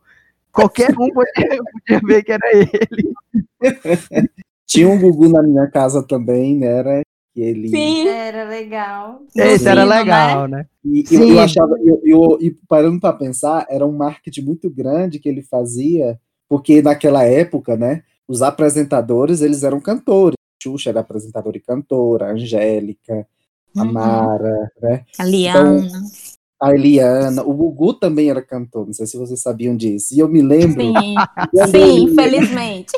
S1: Qualquer um podia, podia ver que era ele.
S2: Tinha um Gugu na minha casa também, né? Era que ele.
S3: Sim.
S4: Era legal.
S2: É,
S1: Esse era
S3: Sino,
S1: legal, né?
S2: E eu, eu
S1: Sim.
S2: achava, eu, eu- e parando para pensar, era um marketing muito grande que ele fazia, porque naquela época, né, os apresentadores, eles eram cantores. Xuxa era apresentadora e cantora, a Angélica, a
S3: Uhum.
S2: Mara, né,
S3: A Liana.
S2: a Eliana, o Gugu também era
S1: Então,
S2: cantor, não sei se vocês sabiam disso. E eu me lembro,
S3: Sim.
S2: quando
S3: Sim,
S2: ele-
S3: infelizmente.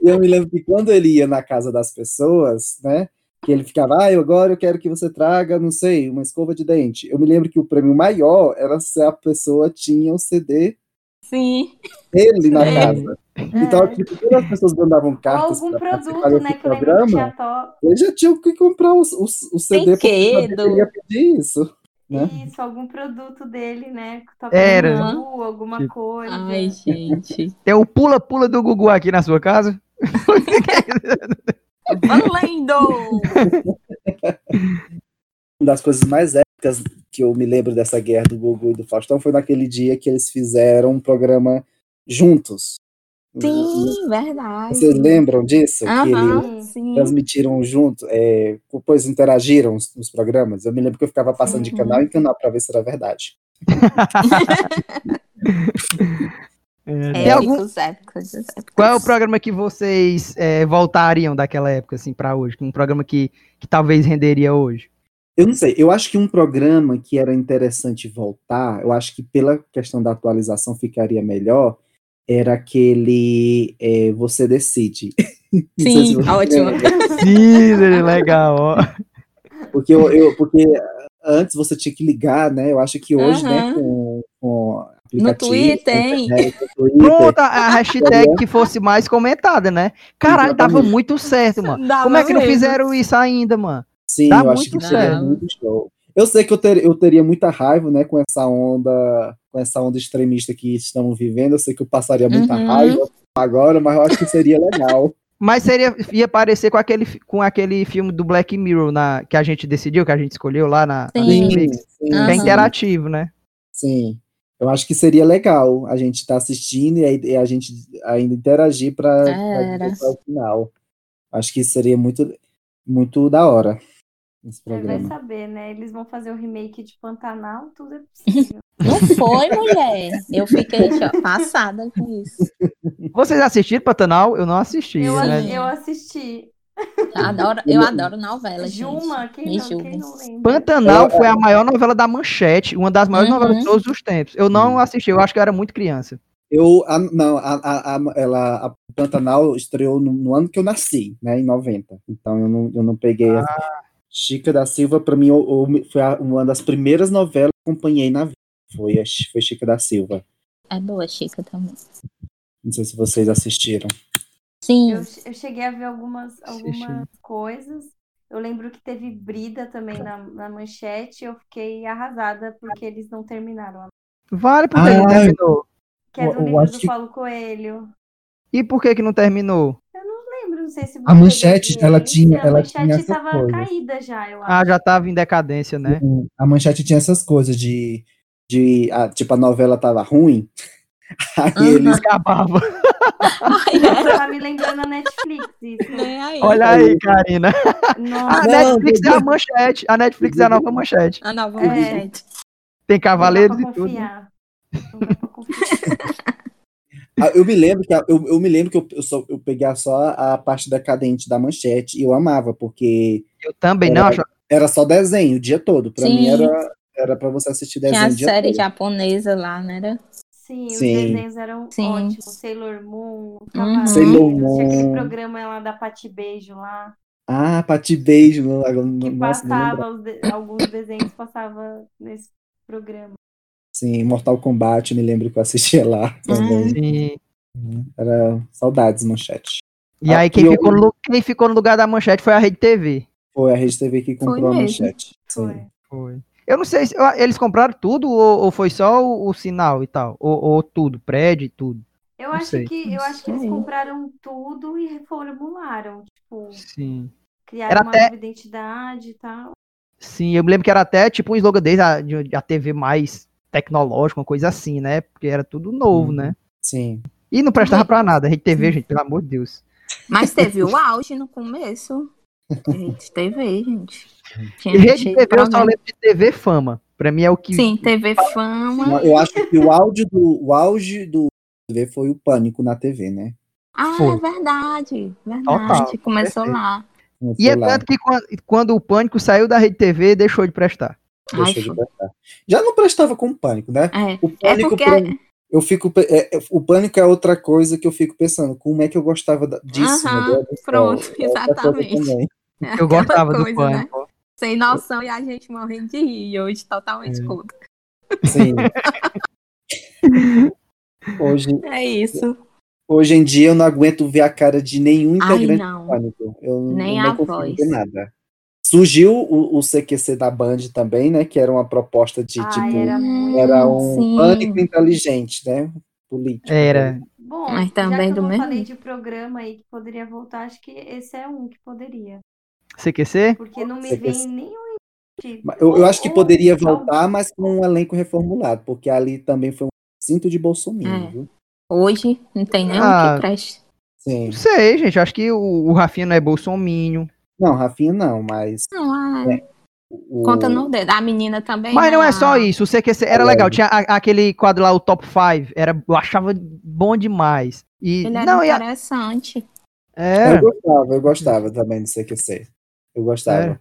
S2: eu, eu me lembro que quando ele ia na casa das pessoas, né? Que ele ficava, ah, eu agora eu quero que você traga, não sei, uma escova de dente. Eu me lembro que o prêmio maior era se a pessoa tinha o CD
S3: Sim.
S2: dele na
S3: É.
S2: casa. Então, tipo, quando as pessoas mandavam
S4: É. Ou
S2: cartas
S4: algum
S2: pra participar
S4: produto, né?
S2: desse
S4: Que eu lembro que
S2: programa,
S4: tinha to...
S2: Ele já tinha que comprar o, o, o CD porque sabia que
S3: Brinquedo.
S2: ele ia pedir isso. né?
S4: Isso, algum produto dele, né? que toca
S1: Era.
S4: no Gugu, alguma
S2: Tipo,
S4: coisa.
S3: Ai, gente.
S1: Tem o pula-pula do Gugu aqui na sua casa?
S3: Valendo!
S2: Uma das coisas mais épicas que eu me lembro dessa guerra do Gugu e do Faustão foi naquele dia que eles fizeram um programa juntos. Né?
S3: Sim, verdade.
S2: Vocês lembram disso? Que eles
S3: Aham, sim.
S2: transmitiram junto, é, depois interagiram os- nos programas. Eu me lembro que eu ficava passando de
S3: Uhum.
S2: canal em canal pra ver se era verdade.
S3: É,
S1: Tem algum-
S3: Épicos, épicos, épicos.
S1: Qual é o programa que vocês é, voltariam daquela época, assim, pra hoje? Um programa que, que talvez renderia hoje?
S2: Eu não sei, eu acho que um programa que era interessante voltar, eu acho que pela questão da atualização ficaria melhor, era aquele é, Você Decide. Não sei se
S3: Sim,
S2: você
S3: ótimo.
S2: lembra.
S1: Sim, legal, ó.
S2: Porque, eu, eu- porque antes você tinha que ligar, né? Eu acho que hoje, né,
S3: Aham.
S2: com, com
S3: No
S2: aplicativo,
S3: Twitter, hein?
S2: né, no Twitter,
S1: Pronto, a- a hashtag que fosse mais comentada, né? Caralho, tava
S2: Exatamente.
S1: muito certo, mano.
S3: Dava
S1: Como é que não
S3: mesmo.
S1: fizeram isso ainda, mano?
S2: Sim,
S1: Dá
S2: eu acho que
S1: muito
S2: seria
S3: certo.
S2: muito show. Eu sei que eu, ter- eu teria muita raiva, né, com essa onda, com essa onda extremista que estamos vivendo. Eu sei que eu passaria muita
S3: Uhum.
S2: raiva agora, mas eu acho que seria legal.
S1: Mas seria, ia parecer com aquele, fi- com aquele filme do Black Mirror na, que a gente decidiu, que a gente escolheu lá na, na
S3: Sim.
S1: Netflix.
S2: sim,
S1: Que é
S3: Aham.
S1: interativo, né?
S2: sim. Eu acho que seria legal a gente estar assistindo e, aí- e a gente ainda interagir para
S3: Era.
S2: é o final. Acho que seria muito, muito da hora
S3: É
S2: esse
S4: Você vai
S2: programa.
S4: saber, né? Eles vão fazer o remake de Pantanal, tudo é possível.
S3: Não foi, mulher. Eu fiquei ó, passada com isso.
S1: Vocês assistiram Pantanal? Eu não assisti,
S4: eu,
S1: né?
S4: eu assisti.
S3: Adoro, eu adoro novela, é gente.
S4: Juma, quem
S3: me
S4: não, quem
S3: julguem.
S4: não lembra?
S2: É,
S1: Pantanal foi a maior novela da Manchete, uma das maiores
S3: Uhum.
S1: novelas de todos os tempos. Eu não
S2: Uhum.
S1: assisti, eu acho que eu era muito criança.
S2: Eu, a- não, a, a, a- ela, a Pantanal estreou no, no ano que eu nasci, né, em 90. Então eu não, eu não peguei. a- Chica da Silva, pra mim, eu- eu- foi a- uma das primeiras novelas que eu acompanhei na vida. Foi, a Chi- foi Chica da Silva.
S3: É boa, Chica, também.
S2: Não sei se vocês assistiram.
S3: Sim,
S2: Hum.
S4: Eu, eu cheguei a ver algumas, algumas
S1: Assisti.
S4: coisas. Eu lembro que teve Brida também na, na manchete. Eu fiquei arrasada porque eles não terminaram.
S1: Vale por que
S2: Ah,
S1: não terminou?
S4: Que é do
S2: Eu- eu
S4: livro
S2: acho
S4: do
S2: que-
S4: Paulo Coelho.
S1: E por que que não terminou?
S4: Não lembro, não sei se
S2: A
S4: você
S2: Manchete,
S4: teve
S2: ela
S4: esse.
S2: tinha-
S4: A
S2: ela
S4: manchete
S2: tinha essas
S4: tava
S2: coisas.
S4: caída já, eu acho.
S1: Ah, já tava em decadência, né?
S2: A manchete tinha essas coisas de. de a- tipo, a novela tava ruim. Aí
S3: Aham.
S2: eles.
S1: Acabava.
S4: Nossa, tá me lembrando a Netflix
S3: é.
S4: isso.
S3: nem aí.
S1: Olha aí, Karina. A
S2: Ah,
S4: Nossa,
S2: Não,
S1: Netflix é
S2: meu
S1: a manchete. A Netflix é a nova manchete.
S3: A nova
S4: É.
S3: manchete.
S1: Tem cavaleiros
S4: não
S1: e
S4: dá pra
S1: tudo.
S4: confiar. Não dá pra confiar.
S2: Ah, Eu me lembro que a- eu, eu me lembro que eu, eu, só, eu peguei só a parte decadente da manchete e eu amava, porque
S1: Eu também né, não acho.
S2: Era- era só desenho o dia todo. Pra
S3: Sim.
S2: mim era, era pra você assistir
S3: Tinha
S2: desenho
S3: a
S2: o dia
S3: série
S2: todo.
S3: japonesa lá, não era?
S4: Sim, os
S2: Sim.
S4: desenhos eram
S3: Sim.
S4: ótimos. Sailor Moon, Cavaleiros,
S2: Sailor
S4: tinha aquele
S2: Moon.
S4: programa lá da Pati Beijo lá,
S2: Ah, Pati Beijo. não- agora não-
S4: que
S2: Nossa, não lembro.
S4: passava, os de- alguns desenhos passava nesse programa.
S2: Sim, Mortal Kombat, me lembro que eu assistia lá
S3: Ah.
S2: também.
S1: Sim.
S2: Era saudades, manchete.
S1: E aí, quem
S2: Aqui Ah, eu-
S1: ficou, no, lu- quem ficou no lugar da manchete foi a Rede TV.
S2: Foi a Rede TV que comprou a
S3: mesmo.
S2: manchete.
S4: Foi.
S2: Sim.
S1: Foi. Eu não sei se eu- eles compraram tudo ou, ou foi só o, o sinal e tal. Ou, ou tudo, prédio e tudo.
S4: Eu
S1: Não
S4: acho
S1: sei.
S4: que eu
S3: Não
S4: acho que eles
S3: sei.
S4: compraram tudo e reformularam, tipo,
S1: Sim.
S4: criaram
S1: Era
S4: uma
S1: até-
S4: nova identidade e tal.
S1: Sim, eu me lembro que era até tipo um slogan deles, a, de- a TV mais tecnológica, uma coisa assim, né? Porque era tudo novo,
S2: Uhum.
S1: né?
S2: Sim.
S1: E não prestava pra nada. Rede TV,
S3: Uhum. Sim.
S1: gente, pelo amor de Deus.
S3: Mas teve o auge no começo. Rede TV, gente. Tinha
S1: E Rede
S3: cheio
S1: TV,
S3: de
S1: eu só
S3: programa.
S1: lembro de TV Fama. Pra mim é o que.
S3: Sim, TV Fama.
S2: Eu acho que o áudio do o auge do TV foi o pânico na TV, né?
S3: Ah,
S1: Foi.
S3: é verdade. Verdade.
S1: Total,
S3: Começou
S1: perfeito.
S3: lá.
S2: Começou
S1: E é
S2: lá,
S1: tanto que quan- quando, o pânico saiu da Rede TV, deixou de prestar.
S2: deixou
S3: Ai,
S2: de
S3: foi.
S2: prestar. Já não prestava com o pânico, né?
S3: É.
S2: O pânico
S3: porque-
S2: pra- eu fico. pe- é, é, o pânico é outra coisa que eu fico pensando. Como é que eu gostava da- disso?
S3: Aham,
S2: meu Deus do céu?
S3: pronto,
S2: É outra coisa
S3: exatamente.
S2: também.
S1: Eu
S3: Aquela
S1: gostava do
S3: coisa, né?
S1: pânico.
S3: Sem noção e a gente morrendo de rir. e Hoje
S2: É.
S3: totalmente contra.
S2: Sim. hoje,
S3: É isso.
S2: hoje em dia eu não aguento ver a cara de nenhum
S3: Ai,
S2: integrante do
S3: não.
S2: pânico. Eu
S3: Nem
S2: não
S3: a
S2: consigo
S3: voz.
S2: ver nada. Surgiu o, o CQC da Band também, né? Que era uma proposta de
S4: Ai,
S2: tipo.
S4: era muito
S2: Era um
S3: Ah, Hum, Sim. É.
S2: pânico inteligente, né? Político.
S1: Era.
S4: bom.
S3: Mas também
S4: já que eu
S3: do
S4: não
S3: mesmo
S4: falei de programa aí que poderia voltar, acho que esse é um que poderia.
S1: CQC?
S4: Porque não me
S2: Você
S4: vem
S2: quer-
S4: nenhum. tipo-
S2: Mas Eu, eu acho
S3: É,
S2: que
S4: ou-
S2: poderia
S4: ou-
S2: voltar, mas com um elenco reformulado, porque ali também foi um cinto de Bolsonaro,
S3: É.
S2: viu?
S3: Hoje não tem nenhum
S1: Ah.
S3: que preste.
S2: Sim.
S1: Não sei, gente. Acho que o, o Rafinha não é bolsominion.
S2: Não, Rafinha não, mas.
S3: Não, ah,
S2: O...
S3: conta no dedo. A menina também.
S1: Mas não
S3: a-
S1: é só isso. O CQC era
S2: É.
S1: legal. Tinha a- aquele quadro lá, o Top 5. Era, eu achava bom demais. E,
S3: Ele era um
S1: não, e a-
S3: interessante.
S1: é.
S2: Eu gostava, eu gostava também do CQC. Eu gostava.
S1: É.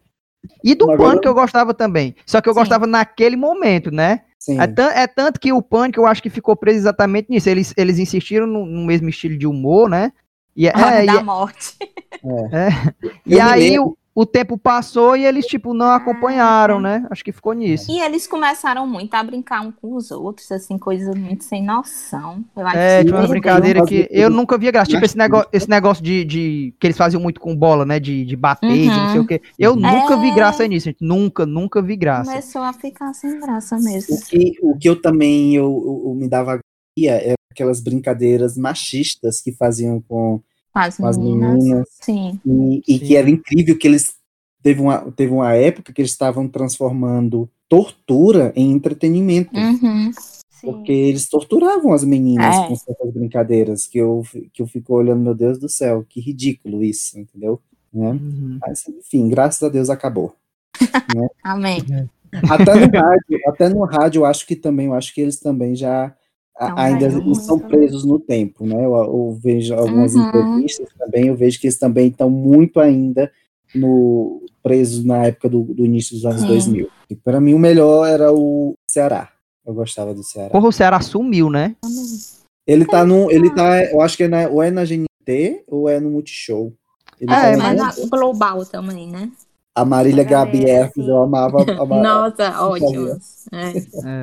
S1: E do
S2: Mas
S1: pânico
S2: agora-
S1: eu gostava também. Só que eu
S3: Sim.
S1: gostava naquele momento, né?
S2: Sim.
S1: É, tan- é tanto que o pânico eu acho que ficou preso exatamente nisso. Eles, eles insistiram no, no mesmo estilo de humor, né? E, é,
S3: Hora
S1: e-
S3: da morte.
S1: e
S2: Eu me
S1: aí
S2: lembro-
S1: o, o tempo passou e eles, tipo,
S3: Ah.
S1: não acompanharam, né? Acho que ficou nisso.
S3: E eles começaram muito a brincar um com os outros, assim, coisas muito sem noção. Eu acho
S1: É,
S3: que
S1: tinha uma
S3: eles-
S1: brincadeira que eu nunca via graça. Tipo, esse
S2: né? Mas-
S1: negócio, esse negócio de, de- que eles faziam muito com bola, né? De, de bater, de não sei o quê. Eu
S2: Uhum.
S1: nunca vi
S3: É.
S1: graça nisso, gente. Nunca, nunca vi graça.
S3: Começou a ficar sem graça mesmo.
S2: O que, o que eu também eu, eu- eu me dava agonia é aquelas brincadeiras machistas que faziam com,
S3: Com as
S2: com as
S3: meninas.
S2: meninas.
S3: Sim.
S2: E, e
S1: Sim.
S2: que era incrível que eles. Teve uma, teve uma época que eles estavam transformando tortura em entretenimento.
S3: Uhum.
S4: Sim.
S2: Porque eles torturavam as meninas
S3: É.
S2: com certas brincadeiras, que eu, fi- que eu fico olhando, meu Deus do céu, que ridículo isso, entendeu? Né?
S1: Uhum.
S2: Mas, enfim, graças a Deus acabou.
S3: Amém.
S2: Até no rádio, até no rádio, eu acho que também, eu acho que eles também já a-
S3: Não,
S2: ainda
S3: vai
S2: não são
S4: muito, né?
S2: presos no tempo, né? Eu, eu vejo algumas
S3: Uhum.
S2: entrevistas também, eu vejo que eles também estão muito ainda no presos na época do, do início dos anos
S3: Sim.
S2: 2000. E para mim o melhor era o Ceará. Eu gostava do Ceará.
S1: Porra, o Ceará sumiu, né?
S2: Ele tá no. Ele tá. Eu acho que é na, ou é na GNT ou é no Multishow. Ele
S1: É, mas
S2: tá na-
S3: Ah, Mas na global também, né?
S2: A Marília
S4: Galera,
S2: Gabi Herpes,
S4: sim.
S2: eu amava. amava
S3: Nossa, ótimo. É.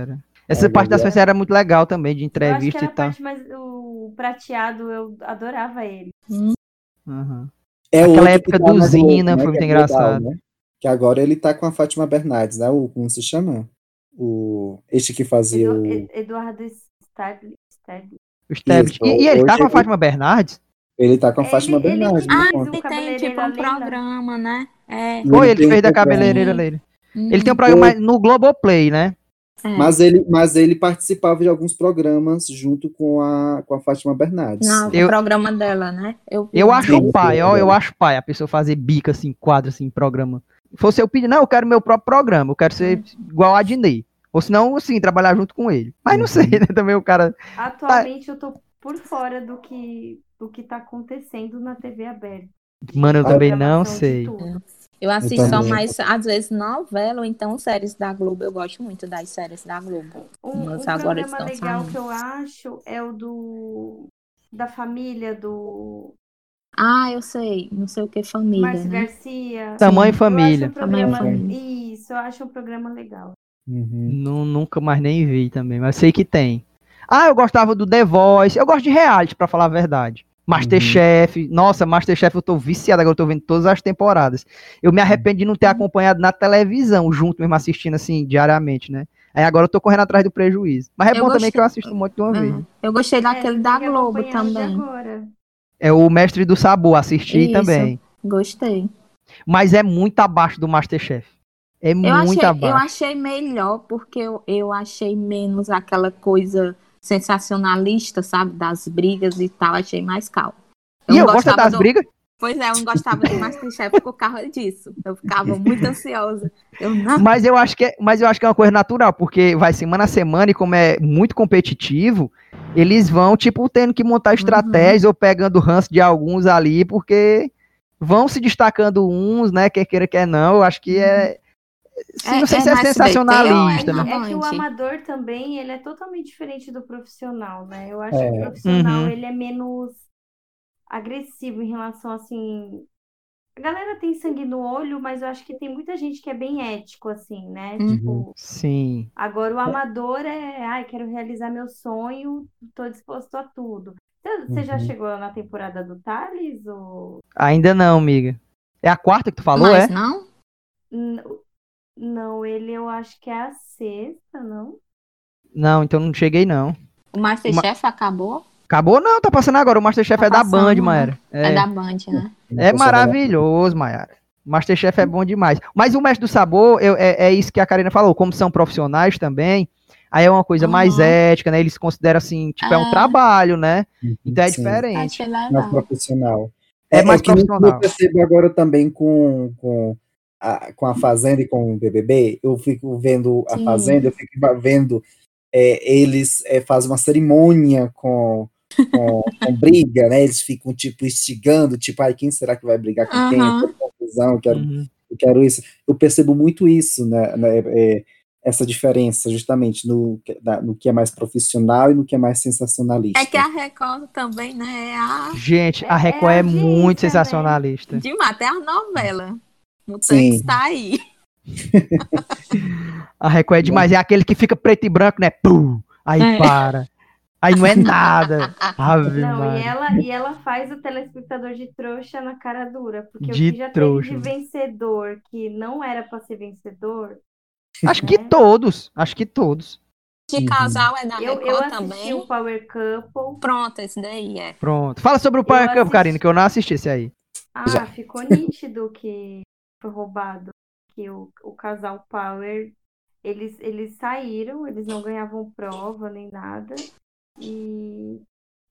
S1: Era. Essa
S2: É
S1: parte das
S2: verdade.
S1: festas era muito legal também, de
S4: Eu acho que
S1: entrevista
S4: era
S1: e
S4: a
S1: tal.
S4: parte mais. O prateado, eu adorava ele.
S3: Hum.
S1: Uhum.
S2: É
S1: Aquela
S2: outro que
S1: época
S2: tá
S1: do
S2: na Globo,
S1: Zina, foi
S2: que
S1: muito
S2: é global,
S1: engraçado.
S2: né? Que agora ele tá com a Fátima Bernardes, né? O, como se chama? O, este que fazia
S4: Edu-
S2: o.
S4: Ed- Eduardo Stadler. Stadler.
S1: O Stebbins.
S2: Isso,
S1: E, e ele
S2: hoje
S1: tá com a
S2: ele-
S1: Fátima Bernardes?
S2: Ele tá com a
S4: Ele-
S2: Fátima
S4: ele
S2: Bernardes.
S4: que
S2: me
S3: Ah,
S4: faz
S2: conta.
S4: o
S3: ele tem
S4: cabeleireiro
S3: tipo
S4: da
S3: um
S4: lenda.
S3: programa, né? É.
S2: E
S1: Foi ele
S2: tem
S1: que fez
S2: um
S1: da
S2: programa.
S1: cabeleireira
S3: Hum.
S1: dele. Ele tem um programa no Globoplay, né?
S3: É.
S2: Mas ele, mas ele participava de alguns programas junto com a, com a Fátima Bernardes.
S3: Não,
S1: Eu-
S3: o programa dela, né?
S1: Eu acho
S2: Sim, é
S1: pai, ó,
S2: sim.
S1: eu acho pai a pessoa fazer bica assim, quadro assim, programa. Se Fosse eu pedir, não, eu quero meu próprio programa, eu quero ser igual a Dinei. Ou senão, assim, trabalhar junto com ele. Mas
S2: Uhum.
S1: não sei, né? Também o cara.
S4: Atualmente eu tô por fora do que, do que tá acontecendo na TV aberta.
S1: Mano, eu
S2: Ah,
S1: também
S4: Programação
S1: não
S4: de
S1: sei.
S4: tudo.
S3: Eu assisto
S2: Eu
S3: só
S2: também.
S3: mais, às vezes, novela ou então séries da Globo. Eu gosto muito das séries da Globo.
S4: Um, um
S3: Mas agora eles
S4: programa
S3: tão
S4: legal
S3: saindo.
S4: que eu acho é o do da família do
S3: Ah, eu sei. Não sei o que, família,
S4: Márcio
S3: né?
S4: Garcia.
S1: Tamanho e
S4: Eu acho um
S1: família.
S4: programa-
S3: Tamanho
S4: Isso, eu acho um programa legal.
S2: Uhum.
S1: Nu- nunca mais nem vi também, mas sei que tem. Ah, eu gostava do The Voice. Eu gosto de reality, pra falar a verdade.
S3: Uhum.
S1: Masterchef. Nossa, Masterchef eu tô viciado agora, eu tô vendo todas as temporadas. Eu me arrependo de não
S3: Uhum.
S1: ter acompanhado na televisão, junto mesmo, assistindo assim, diariamente, né? Aí agora eu tô correndo atrás do prejuízo. Mas é
S3: Eu
S1: bom também que
S3: gostei.
S1: eu assisto um monte de uma vez.
S3: É. Eu gostei daquele
S4: É,
S3: da
S4: tem que
S3: Globo
S4: acompanhar de
S3: também.
S4: Agora.
S1: É o Mestre do Sabor, assisti
S3: Isso.
S1: também.
S3: Gostei.
S1: Mas é muito abaixo do Masterchef. É
S3: Eu
S1: muito
S3: achei, eu
S1: abaixo.
S3: achei melhor porque eu, eu achei menos aquela coisa sensacionalista, sabe? Das brigas e tal. Achei mais calmo.
S1: e eu gosto das
S3: do-
S1: brigas.
S3: Pois é, eu não gostava do Masterchef por causa disso. Eu ficava muito ansiosa. Eu não.
S1: Mas eu acho que é, mas eu acho que é uma coisa natural, porque vai semana a semana e como é muito competitivo, eles vão tipo tendo que
S3: Uhum.
S1: montar estratégias ou pegando ranço de alguns ali, porque vão se destacando uns, né, quer queira quer não. Eu acho que é Sim, não
S3: Uhum. É-
S1: sei
S3: é
S1: se é
S3: no SBT,
S1: sensacionalista.
S3: ó, é
S1: né?
S3: na-
S4: É que o
S3: Onde?
S4: amador também, ele é totalmente diferente do profissional, né? Eu acho
S2: É.
S4: que o profissional,
S1: Uhum.
S4: ele é menos agressivo em relação, assim... A galera tem sangue no olho, mas eu acho que tem muita gente que é bem ético, assim, né?
S3: Uhum.
S4: Tipo,
S1: Sim.
S4: agora o amador é... Ai, quero realizar meu sonho, tô disposto a tudo. Você você já
S2: Uhum.
S4: chegou na temporada do Thales? Ou...
S1: Ainda não, amiga. É a quarta que tu falou,
S3: Mas
S1: é?
S3: não?
S4: N- Não, ele eu acho que é a sexta, não?
S1: Não, então não cheguei, não.
S3: O Masterchef acabou?
S1: Acabou não, tá passando agora. O Masterchef
S3: Tá
S1: é da
S3: passando,
S1: Band,
S3: né?
S1: Mayara.
S3: É.
S1: É,
S3: da Band, né?
S1: é maravilhoso, Mayara. O Masterchef é bom demais. Mas o Mestre do Sabor, eu- é, é isso que a Karina falou, como são profissionais também, aí é uma coisa mais
S3: Aham.
S1: ética, né? Eles consideram assim, tipo, é um
S3: Ah.
S1: trabalho, né? Então é
S2: Uhum. Sim.
S1: diferente.
S3: Achei
S2: mais
S3: legal.
S2: profissional.
S1: É mais
S2: o que eu-
S1: profissional.
S2: eu percebo agora também com, com, a, com a Fazenda e com o BBB, eu fico vendo a
S3: Sim.
S2: Fazenda, eu fico va- vendo é, eles é, fazem uma cerimônia com, com, com briga, né? Eles ficam, tipo, instigando, tipo, ai, quem será que vai brigar com quem?
S3: Aham.
S2: Eu quero confusão, eu quero,
S1: Uhum.
S2: eu quero isso. Eu percebo muito isso, né? né, é, essa diferença, justamente, no, que- da- no que é mais profissional e no que é mais sensacionalista.
S3: É que a Record também, né? É a...
S1: Gente, a
S4: É- é
S1: Record é,
S4: audiência,
S1: muito
S4: né?
S1: sensacionalista.
S3: Demais, até é a novela. Mutantes
S2: Sim.
S3: está aí.
S1: A Record é demais. É aquele que fica preto e branco, né? Pum! Aí
S3: É.
S1: para. Aí não é nada. Ave
S4: Não, e é
S1: Maria.
S4: ela, e ela faz o telespectador de trouxa na cara dura, porque
S1: De
S4: o que já
S1: trouxa.
S4: teve de vencedor que não era pra ser vencedor,
S1: Acho que todos. Acho que todos.
S3: Que
S2: Uhum.
S3: casal é da
S4: eu,
S3: Record
S4: eu assisti um-
S3: também.
S4: o Power Couple,
S3: Pronto, esse daí é.
S1: Pronto. Fala sobre o Power Cup,
S4: assisti.
S1: Karina, que eu não assisti esse aí.
S4: ah,
S2: Já.
S4: ficou nítido que foi roubado, que o, o casal Power, eles, eles saíram, eles não ganhavam prova nem nada, e,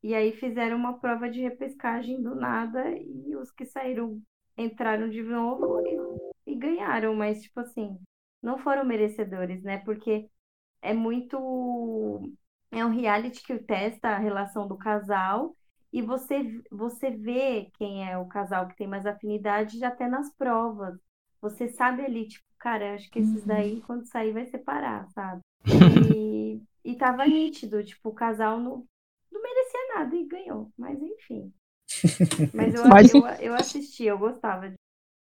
S4: e aí fizeram uma prova de repescagem do nada, e os que saíram entraram de novo e, e ganharam, mas tipo assim, não foram merecedores, né? Porque é muito. É um reality que testa a relação do casal e você, você vê quem é o casal que tem mais afinidade já até nas provas. Você sabe ali, tipo, cara, eu acho que esses
S3: Uhum.
S4: daí, quando sair, vai separar, sabe? E, e tava nítido, tipo, o casal não, não merecia nada e ganhou, mas enfim. Mas eu,
S1: Mas-
S4: eu, eu assisti, eu gostava de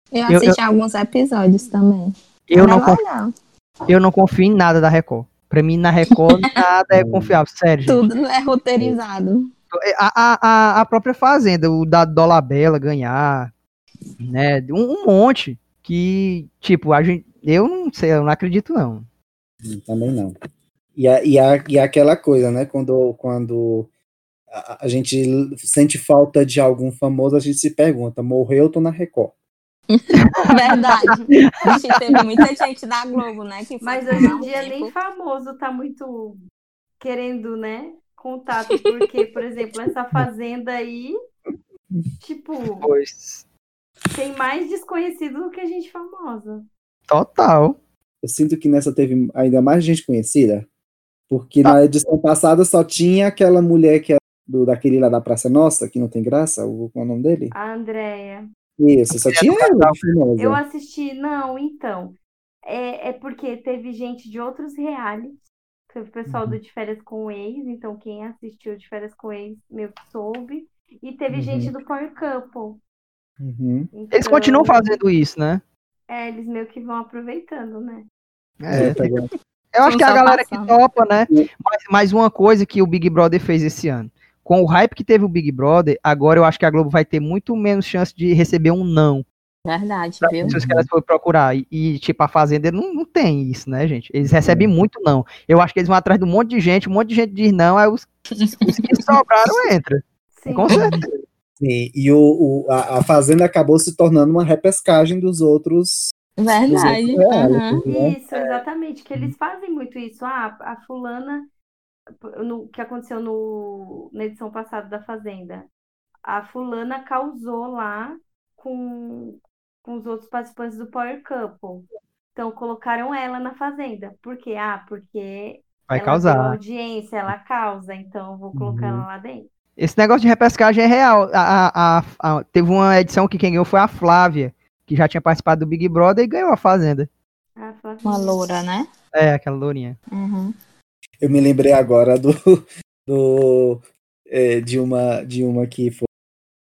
S3: Eu
S1: Eu-
S3: assisti alguns episódios também.
S1: Eu não,
S3: Era
S1: confio,
S3: legal.
S1: eu não confio em nada da Record. Pra mim, na Record, nada é confiável. Sério, gente. É,
S3: Tudo é roteirizado.
S1: A, a, a, a própria Fazenda, o da Dolabella ganhar, né? Um, um monte que, tipo, a gente. Eu não sei, eu não acredito, não.
S2: Hum, Também não. E, a, e, a, e aquela coisa, né? Quando, quando a, a gente sente falta de algum famoso, a gente se pergunta: morreu ou tô na Record?
S3: Verdade. Vixe, teve muita gente da Globo, né? Que foi
S4: Mas
S3: pra
S4: hoje
S3: lá
S4: em
S3: um
S4: dia
S3: tempo.
S4: nem famoso tá muito querendo, né, contato, porque, por exemplo, essa fazenda aí, tipo,
S1: Pois.
S4: tem mais desconhecido do que gente famosa.
S1: Total.
S2: Eu sinto que nessa teve ainda mais gente conhecida, porque
S3: Ah.
S2: na edição passada só tinha aquela mulher que é do, daquele lá da Praça Nossa, que não tem graça, o, qual é o nome dele?
S4: A Andrea.
S2: Isso, só tinha ela,
S3: é
S2: famosa.
S1: é.
S4: Eu assisti, não, então. É, é porque teve gente de outros realities. Teve o pessoal
S1: Uhum.
S4: do De Férias com o Ex, então quem assistiu De Férias com o Ex meio que soube. E teve
S2: Uhum.
S4: gente do Power Couple.
S2: Uhum.
S1: Eles
S3: É.
S1: continuam
S4: Então,
S1: fazendo isso, né?
S4: É, eles meio que vão aproveitando, né?
S2: É, tá bom.
S1: Eu acho
S3: São
S1: que é a
S3: só
S1: galera
S3: passando.
S1: que topa, né? Mas, mas uma coisa que o Big Brother fez esse ano. Com o hype que teve o Big Brother, agora eu acho que a Globo vai ter muito menos chance de receber um não.
S3: Verdade, viu?
S1: Se os caras forem procurar. E, e, tipo, a Fazenda não, não tem isso, né, gente? Eles recebem
S3: Uhum.
S1: muito não. Eu acho que eles vão atrás de um monte de gente, um monte de gente diz não, aí os, os que sobraram entra.
S4: Sim.
S1: Com certeza.
S2: Sim, e o, o- a, a Fazenda acabou se tornando uma repescagem dos outros. dos
S3: Verdade. Uhum.
S2: outros
S3: Aham.
S2: realities, né?
S4: Isso,
S1: É.
S4: exatamente, que eles fazem muito isso. Ah, a fulana, no que aconteceu no, na edição passada da Fazenda, a fulana causou lá com, com os outros participantes do Power Couple. Então colocaram ela na Fazenda. Por quê? Ah, porque
S1: Vai
S3: É
S4: ela deu
S1: causar.
S4: audiência, ela causa, então eu vou colocar
S2: Uhum.
S4: ela lá dentro.
S1: Esse negócio de repescagem é real. A- a- a- a- teve uma edição que quem ganhou foi a Flávia, que já tinha participado do Big Brother e ganhou a Fazenda.
S4: A Flavinha.
S3: Uma loura, né?
S1: É, aquela lourinha.
S3: Uhum.
S2: Eu me lembrei agora do, do é, de uma de uma que foi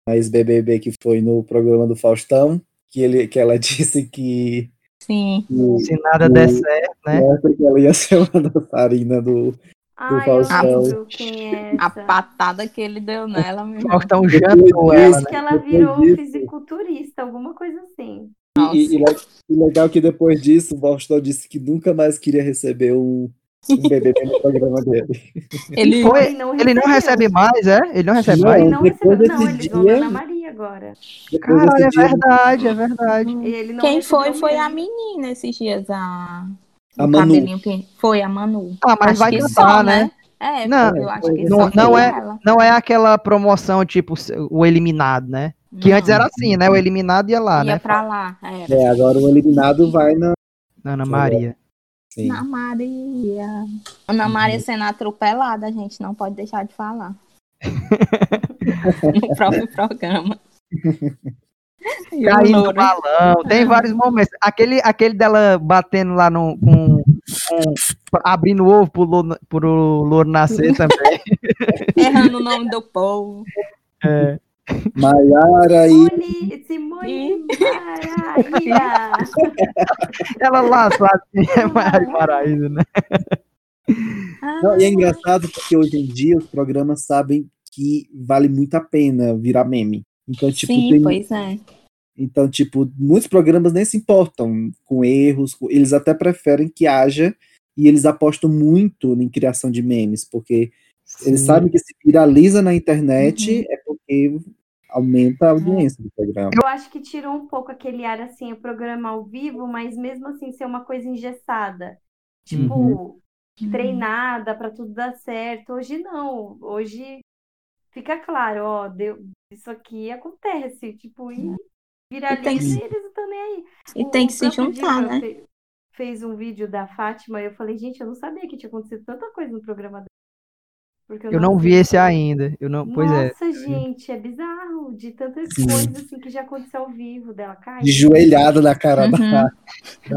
S2: mais BBB que foi no programa do Faustão, que ele que ela disse que
S3: Sim.
S2: o-
S1: Se nada
S2: o-
S1: der
S3: Uhum.
S1: certo, né?
S2: né, porque ela ia ser uma dançarina do
S4: Ai, Ah, eu
S2: Faustão.
S4: lembro quem é
S3: A
S4: essa.
S3: patada que ele deu nela, meu irmão.
S1: Faustão
S3: Uhum.
S1: jantou ela,
S4: Acho
S1: né?
S4: que ela virou
S2: Depois disso-
S4: fisiculturista, alguma coisa assim.
S2: E, e- e le- e legal que depois disso o Faustão disse que nunca mais queria receber um, um BBB no programa dele.
S3: Ele
S1: Foi-
S4: não
S1: Ele não recebe mais, é? Ele não recebe
S2: Não,
S1: mais?
S4: Ele não
S2: Depois
S4: recebeu, não,
S2: desse
S4: eles vão na
S2: dia-
S4: Ana Maria agora.
S2: Depois
S1: Caralho, é
S2: desse dia,
S1: verdade, é verdade.
S4: E ele não
S3: Quem
S4: recebeu
S3: foi foi a
S4: mesmo.
S3: menina esses dias, a
S2: A
S3: o
S2: Manu.
S3: cabelinho que foi a Manu.
S1: Ah, mas
S3: Acho
S1: vai
S3: que
S1: cantar,
S3: só,
S1: né?
S3: É,
S1: Não,
S3: eu acho que
S1: não-
S3: só foi
S1: não é-
S3: ela.
S1: Não é aquela promoção, tipo, o eliminado, né? Que antes
S3: Não,
S1: era assim, né? O eliminado ia lá,
S3: ia
S1: né?
S3: pra lá, era.
S2: É, agora o eliminado vai na.
S1: Ana Maria.
S2: Sim.
S3: Ana Maria. Ana Maria sendo atropelada, a gente não pode deixar de falar. no próprio programa. E o
S1: Caindo no
S3: louro.
S1: balão. Tem vários momentos. Aquele, aquele dela batendo lá no. Com, com- abrindo o ovo pro, louro- pro louro nascer também.
S3: Errando o nome do povo.
S1: É.
S2: Maiara e.
S4: Simone, Simone
S3: Ih.
S4: Maraia.
S1: Ela lá, sabe? É mais paraíso, né?
S3: Ah,
S2: Não, e é engraçado porque hoje em dia os programas sabem que vale muito a pena virar meme. Então, tipo,
S3: Sim,
S2: tem-
S3: pois é.
S2: então, tipo, muitos programas nem se importam com erros, com- eles até preferem que haja e eles apostam muito em criação de memes, porque eles sabem que se viraliza na internet
S3: Uhum.
S2: é porque aumenta
S3: É.
S2: a audiência do programa.
S4: Eu acho que tirou um pouco aquele ar assim, o programa ao vivo, mas mesmo assim ser uma coisa engessada. Tipo,
S2: Uhum.
S3: Uhum.
S4: treinada pra tudo dar certo. Hoje não. Hoje fica claro, ó, deu, isso aqui acontece. Tipo, e viraliza
S3: E tem que
S4: e
S3: se-
S4: eles não estão nem aí.
S3: E
S4: O-
S3: tem
S4: o
S3: que se
S4: próprio
S3: juntar,
S4: Diva
S3: né?
S4: fe- Fez um vídeo da Fátima e eu falei, gente, eu não sabia que tinha acontecido tanta coisa no programa dela. Porque
S1: Eu não vi esse ainda. Eu não, pois é.
S4: Nossa, gente, é bizarro de tantas
S2: Sim.
S4: coisas assim que já aconteceu ao vivo dela,
S3: É.
S4: cara.
S2: De joelhada na cara
S3: Uhum.
S2: da.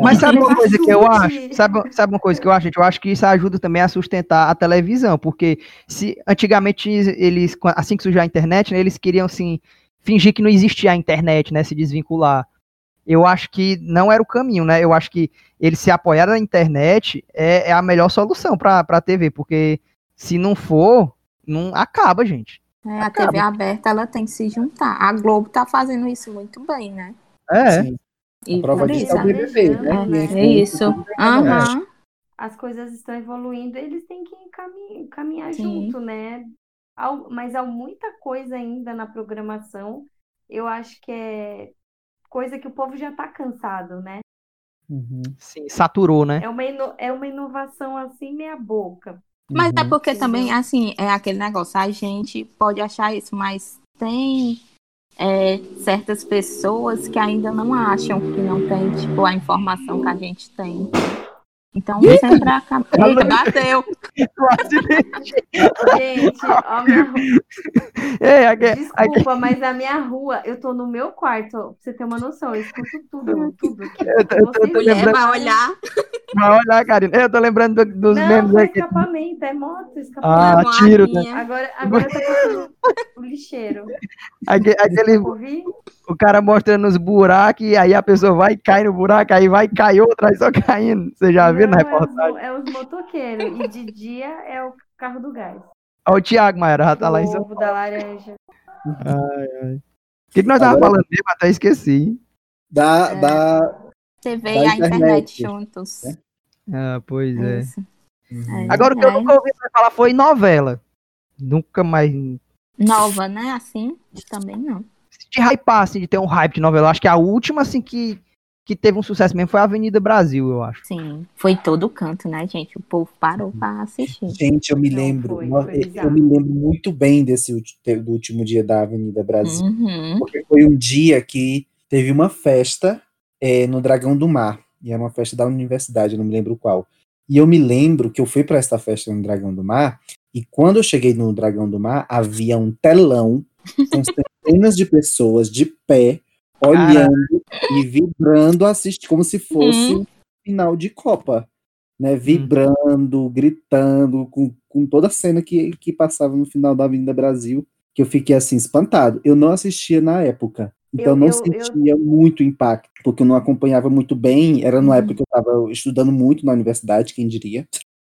S1: Mas sabe uma
S4: Mas
S1: coisa que eu
S4: ajude.
S1: acho? Sabe, sabe uma coisa que eu acho, gente? Eu acho que isso ajuda também a sustentar a televisão, porque se antigamente eles, qua- assim que surgiu a internet, né, eles queriam assim, fingir que não existia a internet, né? Se desvincular. Eu acho que não era o caminho, né? Eu acho que eles se apoiaram na internet é, é a melhor solução para a TV, porque se não for, não acaba, gente.
S3: É, a TV aberta ela tem que se juntar. A Globo tá fazendo isso muito bem, né?
S1: É.
S2: Sim.
S3: E
S2: A prova
S3: por
S2: disso
S3: isso,
S2: é o
S4: né?
S2: BBB, né?
S4: É,
S2: Ninguém
S4: é
S3: É
S2: foi-
S3: isso. Aham.
S4: As coisas estão evoluindo, eles têm que caminhar, caminhar
S3: Sim.
S4: junto, né? Há- mas há muita coisa ainda na programação. Eu acho que é coisa que o povo já está cansado, né?
S2: Uhum,
S1: Sim, saturou, né?
S4: É uma, ino- é uma inovação assim, meia boca.
S3: Mas é
S2: uhum.
S3: porque também, assim, é aquele negócio, a gente pode achar isso, mas tem é, certas pessoas que ainda não acham, que não tem, tipo, a informação que a gente tem. Então sempre acaba. Eita, bateu!
S4: Gente, ó, meu-
S1: É, aque- aque-
S4: desculpa, mas na minha rua, eu tô no meu quarto, ó, pra você ter uma noção, eu escuto tudo, tudo. aqui.
S1: é, eu tô
S4: Vocês-
S3: Mulher vai olhar
S1: Mas olha lá, Karina. Eu tô lembrando do- dos
S4: Não,
S1: memes
S4: não é
S1: aqui.
S4: escapamento, é moto,
S1: Ah,
S4: escapamento.
S3: com a
S1: tiro,
S2: né?
S3: arminha.
S4: Agora, agora tá escutando o lixeiro.
S1: Aque- Aquele,
S4: Ouvi?
S1: o cara mostrando os buracos, e aí a pessoa vai cair no buraco, aí vai cair outra, aí só caindo. Você já viu na
S4: Não, é os
S1: reportagem?
S4: mo- É os motoqueiros. E de dia é o carro do gás.
S1: Olha o Thiago Maia, já tá lá em
S4: o
S1: São
S4: ovo da laranja.
S1: O que, que nós tava
S2: Agora-
S1: falando mesmo? Até esqueci.
S2: Da,
S3: É.
S2: da...
S3: TV
S2: Da
S3: e a internet
S2: internet. É.
S3: juntos.
S1: Ah, pois é.
S3: Isso.
S2: Uhum.
S3: É.
S1: Agora o que eu
S3: É.
S1: nunca ouvi mais falar foi novela. Nunca mais.
S3: Nova, né? Assim, também não.
S1: De hypar, assim, de ter um hype de novela. Acho que a última, assim, que, que teve um sucesso mesmo foi a Avenida Brasil, eu acho.
S3: Sim. Foi todo canto, né, gente? O povo parou pra assistir.
S2: Gente, eu me
S4: Não,
S2: lembro.
S4: foi,
S2: no-
S4: foi
S2: eu
S4: bizarro.
S2: me lembro muito bem desse ulti- do último dia da Avenida Brasil.
S3: Uhum.
S2: Porque foi um dia que teve uma festa eh, no Dragão do Mar. E era uma festa da universidade, eu não me lembro qual. E eu me lembro que eu fui para essa festa no Dragão do Mar. E quando eu cheguei no Dragão do Mar, havia um telão com centenas de
S4: Uhum.
S2: pessoas de pé, olhando e vibrando, assistindo como se fosse final de Copa, né? Vibrando, gritando, com, com toda a cena que, que passava no final da Avenida Brasil, que eu fiquei assim, espantado. Eu não assistia na época. Então
S4: Eu-
S2: não
S4: eu-
S2: sentia muito impacto, porque eu não acompanhava muito bem. Era
S4: Uhum.
S2: na época que eu estava estudando muito na universidade, quem diria.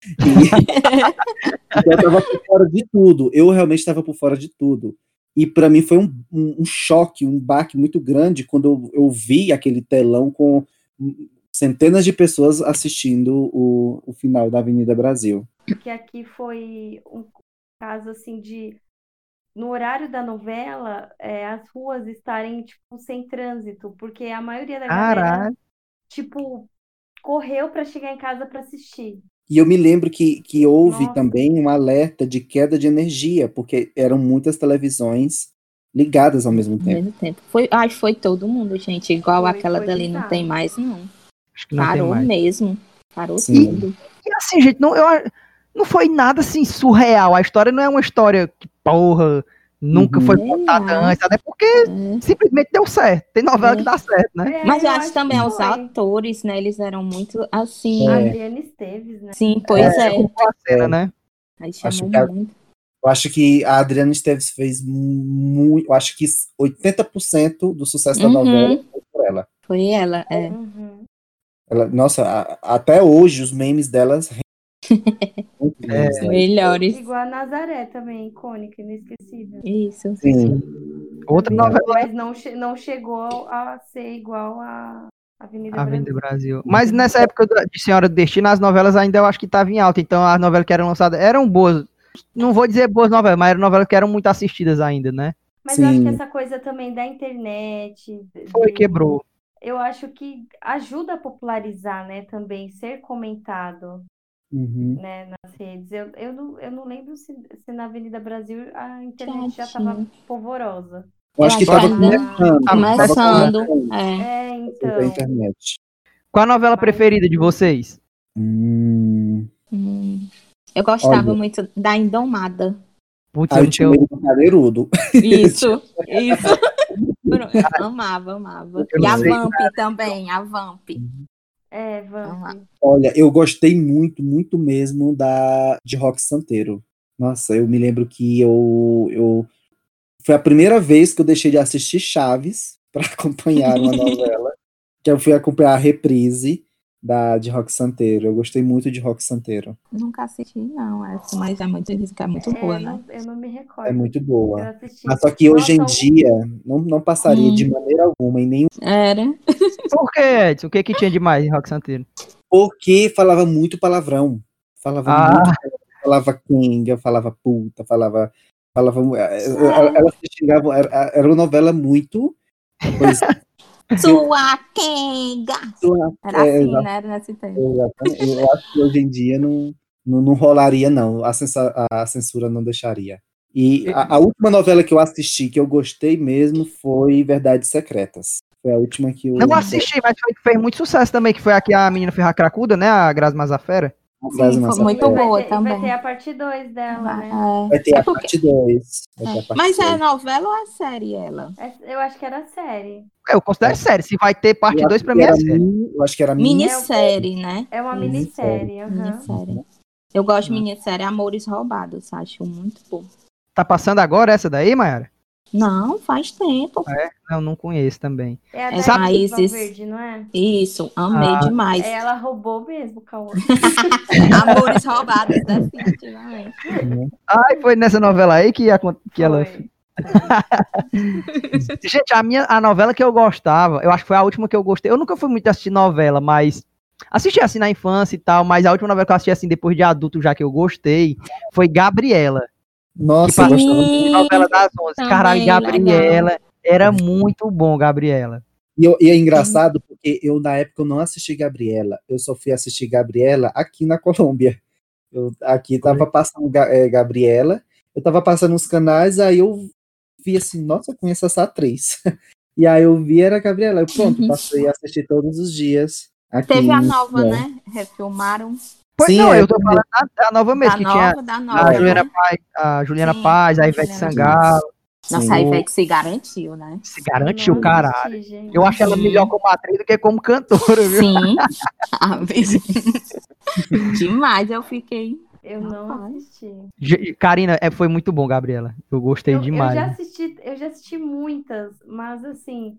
S2: E- então eu tava por fora de tudo. Eu realmente estava por fora de tudo. E para mim foi um, um- um choque, um baque muito grande quando eu, eu vi aquele telão com centenas de pessoas assistindo o, o final da Avenida Brasil.
S4: que aqui foi um caso assim de no horário da novela é, as ruas estarem tipo sem trânsito porque a maioria da galera
S1: Caralho.
S4: tipo correu pra chegar em casa pra assistir
S2: E eu me lembro que, que houve
S4: Nossa.
S2: também um alerta de queda de energia, porque eram muitas televisões ligadas ao mesmo
S3: Ao
S2: tempo.
S3: mesmo tempo. Foi, ai, foi todo mundo, gente. Igual
S4: É. Foi,
S3: aquela
S4: foi
S3: dali, não
S4: bizarro.
S3: tem mais, não.
S1: Acho que não tem
S3: Parou
S1: mais.
S3: mesmo. Parou
S2: Sim.
S3: tudo.
S1: E assim, gente, não, eu, a- não foi nada assim surreal. A história não é uma história que, porra, nunca
S2: Uhum.
S1: foi contada
S3: Não.
S1: antes, até porque
S3: É.
S1: simplesmente deu certo. Tem novela
S3: É.
S1: que dá certo, né?
S4: É,
S3: Mas eu acho também
S4: que
S3: os
S4: foi.
S3: atores, né? Eles eram muito assim.
S2: É.
S4: Adriana Esteves né
S3: Sim, pois é.
S1: Boa cena, né?
S3: Aí
S2: Acho
S3: chamou
S2: que a-
S3: muito.
S2: Eu acho que a Adriana Esteves fez muito. Eu acho que 80% do sucesso da
S3: Uhum.
S2: novela foi por ela.
S3: Foi ela, é.
S4: Uhum.
S2: Ela- nossa, a- até hoje os memes delas. Muito
S3: É,
S2: né? memes delas.
S3: Melhores.
S4: igual a Nazaré também icônica inesquecível
S3: Isso.
S2: Sim,
S1: Outra novela
S4: mas não che- não chegou a ser igual a Avenida
S1: Avenida
S4: Brasil
S1: Brasil. Mas nessa época da- de Senhora do Destino, as novelas ainda eu acho que estavam em alta. Então as novelas que eram lançadas eram boas. Não vou dizer boas novelas, mas eram novelas que eram muito assistidas ainda, né?
S4: mas eu acho que
S2: Sim.
S4: essa coisa também da internet de-
S1: Foi,
S4: de-
S1: quebrou.
S4: eu acho que ajuda a popularizar, né, também, ser comentado,
S2: Uhum.
S4: né, nas redes. Eu, eu, não, eu não lembro se, se na Avenida Brasil a internet já
S3: Tadinho.
S4: estava polvorosa.
S2: Eu acho que estava
S3: Ainda-
S2: começando. tava
S3: Começando.
S2: começando
S3: É.
S4: É,
S2: a
S4: então,
S2: internet.
S1: Qual a novela
S4: Mas-
S1: preferida de vocês?
S2: Hum.
S3: Hum. Eu gostava
S2: Olha.
S3: muito da Indomada.
S1: Putz,
S2: Ah,
S1: eu
S2: eu
S1: não
S2: tinha
S1: tenho,
S2: medo do cadeirudo.
S3: Isso, isso. Eu Amava, amava.
S1: Eu
S3: E
S1: não
S3: a
S1: sei
S3: Vamp também, a Vamp.
S4: é,
S3: Vamos
S4: Vamp.
S2: Olha, eu gostei muito, muito mesmo da de Rock Santeiro. Nossa, eu me lembro que eu, eu foi a primeira vez que eu deixei de assistir Chaves para acompanhar uma novela, que eu fui acompanhar a reprise da de Rock Santeiro. Eu gostei muito de Rock Santeiro.
S3: Nunca assisti, não, essa, mas é muito, diz que é muito
S4: É,
S3: boa,
S4: eu,
S3: né?
S4: não, eu não me recordo.
S2: É muito
S4: Eu
S2: boa.
S4: assisti.
S2: Mas só que hoje em
S4: Nossa,
S2: dia não, não passaria
S3: Hum.
S2: de maneira alguma em nenhum,
S3: Era.
S1: Por que, Edson? O que, que tinha demais em Rock Santeiro?
S2: porque falava muito palavrão. Falava
S1: Ah.
S2: muito falava Kenga, falava puta, falava. falava eh, eh, Elas se xingavam, era, era uma novela muito. pois,
S3: Sua Kenga!
S2: eu-
S3: Era
S2: É,
S3: assim,
S2: exato.
S3: né? Era nesse tempo.
S2: então eu, eu acho que hoje em dia não, não, não rolaria, não. A, censa- a censura não deixaria. E a, a última novela que eu assisti, que eu gostei mesmo, foi Verdades Secretas. Foi a última que eu.
S1: Não assisti, mas foi que fez muito sucesso também, que foi aqui a menina ferra cracuda, né? A Grazi Mazafera.
S2: Grazi
S3: Sim, foi
S2: Massafera.
S3: muito
S4: vai
S3: boa
S4: ter,
S3: também.
S4: Vai ter a parte 2 dela, né?
S3: É.
S2: Vai ter
S3: É
S2: a
S3: porque-
S2: parte 2.
S3: Mas é novela ou é série ela?
S4: Essa- Eu acho que era a série.
S1: Eu considero sério. Se vai ter parte 2 pra mim, é sério.
S2: Eu acho que era minha.
S3: Minissérie, né?
S4: É uma
S3: Sim.
S4: minissérie. aham.
S3: Minissérie. Eu gosto de minissérie Amores Roubados, acho muito bom.
S1: Tá passando agora essa daí, Mayara?
S3: Não, faz tempo.
S1: Não, não conheço também.
S4: É a
S3: É,
S4: da
S3: sabe-
S4: Isis
S3: Isis.
S4: Valverde, não é?
S3: Isso, amei
S1: Ah.
S3: demais.
S4: Ela roubou mesmo, Cauã.
S3: É, Amores Roubados, é assim, definitivamente.
S1: Ai, foi nessa novela aí que, acon- que ela é
S4: Foi.
S1: Gente, a minha a novela que eu gostava, eu acho que foi a última que eu gostei. Eu nunca fui muito assistir novela, mas assisti assim na infância e tal, mas a última novela que eu assisti assim depois de adulto já que eu gostei foi Gabriela,
S2: Nossa, eu
S1: Sim.
S2: gostava
S1: novela das 11.
S3: também,
S1: Caralho, Gabriela era muito bom, Gabriela.
S2: E, eu- e é
S3: Uhum.
S2: engraçado porque eu, na época, eu não assisti Gabriela. Eu só fui assistir Gabriela aqui na Colômbia. Eu, aqui tava passando Ga- eh, Gabriela, eu tava passando uns canais, aí eu vi assim, nossa, eu conheço essa atriz. E aí eu vi, era a Gabriela. Eu, pronto, passei a assistir todos os dias. Aqui,
S3: Uhum. Teve a
S2: em
S3: nova,
S2: Lisboa.
S3: né? Refilmaram.
S1: Pois
S2: Sim,
S1: não,
S2: é,
S1: eu tô falando da, da nova mesmo, é
S3: Da
S1: que tinha
S3: nova, da
S1: a
S3: nova.
S1: Juliana
S3: né?
S1: Paz, a Juliana
S3: Sim,
S1: Paz, a Ivete
S3: Juliana
S1: Sangalo,
S3: Nossa, a Ivete se garantiu, né?
S1: Se garantiu,
S4: Não
S1: caralho.
S4: assisti, gente.
S1: Eu acho ela
S3: Sim.
S1: melhor como atriz do que como cantora, viu?
S3: Sim. Ah, Demais, eu fiquei.
S4: Eu não
S3: Rapaz.
S4: assisti.
S1: Ge- Karina, é, foi muito bom, Gabriela. Eu gostei
S4: Eu, eu
S1: demais. né?
S4: já assisti, eu já assisti muitas, mas assim,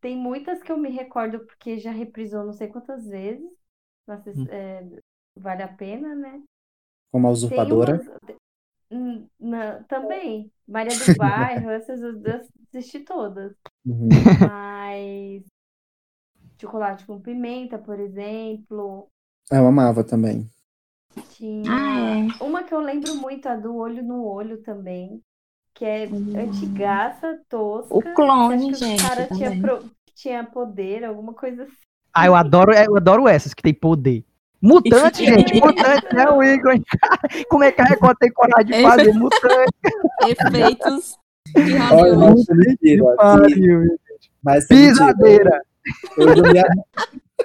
S4: tem muitas que eu me recordo porque já reprisou não sei quantas vezes. Mas,
S1: Hum.
S4: é, vale a pena, né?
S2: Como a
S4: Tem
S2: usurpadora.
S4: umas- Hum, na- também. Maria do Bairro, essas eu eu assisti todas.
S2: Uhum.
S4: Mas chocolate com pimenta, por exemplo.
S2: Ah, Eu amava também.
S4: Tinha.
S3: Ah, é.
S4: Uma que eu lembro muito, é a do olho no olho também, que é antigaça, tosca.
S3: Hum. O clone,
S4: Acho que
S3: gente,
S4: O cara tinha,
S3: também.
S4: pro- tinha poder, alguma coisa assim.
S1: Ah, eu adoro, eu adoro essas que tem poder. Mutante,
S3: Isso.
S1: gente, mutante é o ícone. Como é que a Record tem coragem de fazer mutante?
S3: Efeitos de
S2: Olha,
S3: Hollywood.
S2: mas me tiro aqui,
S1: pariu, viu?
S2: assim, mas você me tira.
S1: Pisadeira.
S2: Hoje eu me arre-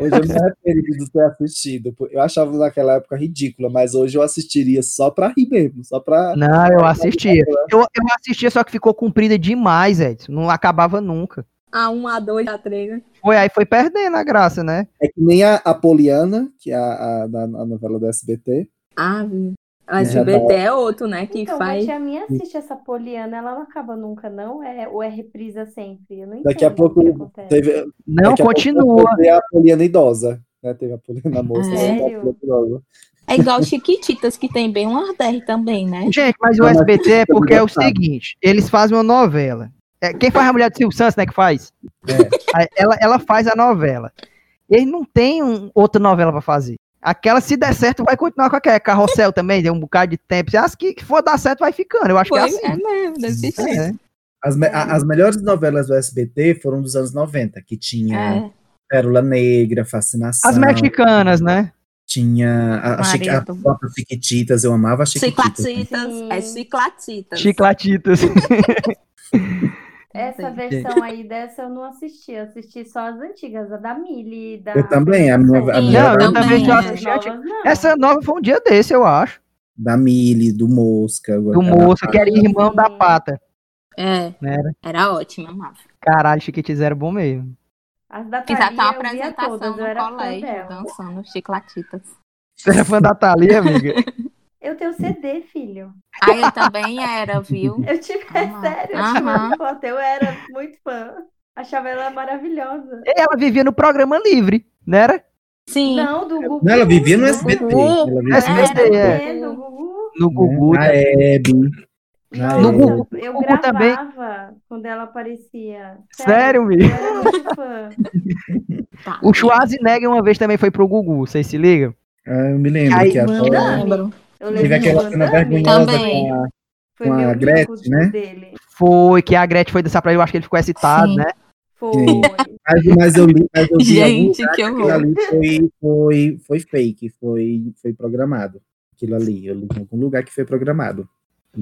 S2: Hoje eu me arrependo de ter assistido. pô. Eu achava naquela época ridícula, mas hoje eu assistiria só pra rir mesmo, só pra.
S1: Não, eu assistia. Eu, eu assistia, só que ficou comprida demais, Edson. Não acabava nunca.
S3: A1, A2, A3. né?
S1: Foi aí, foi perdendo a graça, né?
S2: É que nem a Apoliana, que é a, a, da- a novela do SBT.
S3: Ah, viu? O SBT é outro, né? Que
S4: então,
S3: faz.
S4: mas a minha assiste essa poliana, ela não acaba nunca, não? É, ou é reprisa sempre? Eu não
S2: Daqui a
S4: entendo o que
S2: pouco
S4: acontece.
S2: Teve,
S1: Não
S2: daqui a pouco
S1: continua.
S2: teve a Apoliana idosa. Né? Teve a Apoliana moça.
S3: Sério?
S2: teve a Apoliana idosa.
S3: É igual Chiquititas, que tem bem umas 10 também, né?
S1: Gente, mas o
S2: Não, mas
S1: SBT é porque é o
S2: gostava.
S1: seguinte: eles fazem uma novela. É, quem faz a mulher do Silvio Santos, né? Que faz?
S2: É.
S1: Aí Ela, ela faz a novela. Eles não tem um- outra novela pra fazer. Aquela, se der certo, vai continuar com aquela. Carrossel também, deu um bocado de tempo. As que, que for dar certo, vai ficando. Eu acho
S3: Foi,
S1: que é assim.
S3: é mesmo, desse jeito.
S1: É.
S2: As, me- a- as melhores novelas do SBT foram dos anos 90, que tinha
S3: É,
S2: Pérola Negra, Fascinação.
S1: As mexicanas, né?
S2: Tinha a, a, Chiqui- a
S3: Maria do-
S2: própria Chiquititas, eu amava a Chiquititas.
S3: Ciclatitas. É Ciclatitas.
S1: Chiclatitas.
S4: Essa
S3: Sim.
S4: versão aí dessa eu não assisti, eu assisti só as antigas, a da Millie, da
S2: Eu também, a minha- a
S4: Sim,
S2: minha
S4: eu
S2: era-
S1: também é. já
S4: As
S1: assisti
S4: novas,
S1: antigas.
S4: não.
S1: Essa nova foi um dia desse, eu acho.
S2: Da Mili, do Mosca.
S1: Do moço que era irmão da pata.
S3: É,
S1: Era.
S3: era ótima, amava.
S1: Caralho, Chiquititas era bom mesmo.
S4: As da
S3: Fiz até uma
S4: Thalia eu via
S3: apresentação
S4: todas, eu
S3: no
S4: era fã
S3: colégio, então.
S4: dela.
S3: dançando Chiclatitas.
S1: Você era fã da Thalia, amiga?
S4: Eu tenho CD, filho.
S3: Aí eu também era, viu?
S4: Eu tive,
S3: Aham.
S4: é sério, eu tive
S3: Aham.
S4: uma foto, eu era muito fã. Achava ela maravilhosa.
S1: Ela vivia no programa livre, não era?
S3: Sim.
S4: Não, do Gugu.
S2: Não, ela vivia
S1: Uhum.
S2: no
S4: do
S2: SBT.
S3: Gugu.
S2: Ela
S1: É,
S2: vivia
S1: SBT,
S4: Gugu,
S1: é.
S4: é, do Gugu.
S1: No Gugu. né?
S2: Na Hebe. Na
S4: Nossa,
S1: No
S2: Hebe.
S1: Gugu.
S4: eu
S1: Gugu também.
S4: gravava quando ela aparecia.
S1: Sério,
S4: Eu
S1: amigo?
S4: era muito fã.
S3: Tá.
S1: O Schwarzenegger uma vez também foi pro Gugu, vocês se ligam?
S2: Ah, eu me lembro
S1: Aí,
S2: que a
S3: Não lembro.
S4: Eu
S2: Teve
S4: lembro do
S2: aquela
S4: Van
S2: cena
S4: Damme,
S2: vergonhosa
S3: Também.
S2: com a-
S4: foi
S2: com a
S4: meu ídolo
S2: Gretchen, né?
S4: dele.
S1: Foi, que a Gretchen foi dançar pra ele, eu acho que ele ficou excitado,
S3: Sim.
S1: né?
S4: Foi.
S2: Sim. Mas, mas eu li, mas eu vi algum
S3: Gente, que
S2: Aquilo
S3: horror.
S2: ali foi, foi, foi fake, foi, foi programado. Aquilo ali, eu li em algum lugar que foi programado.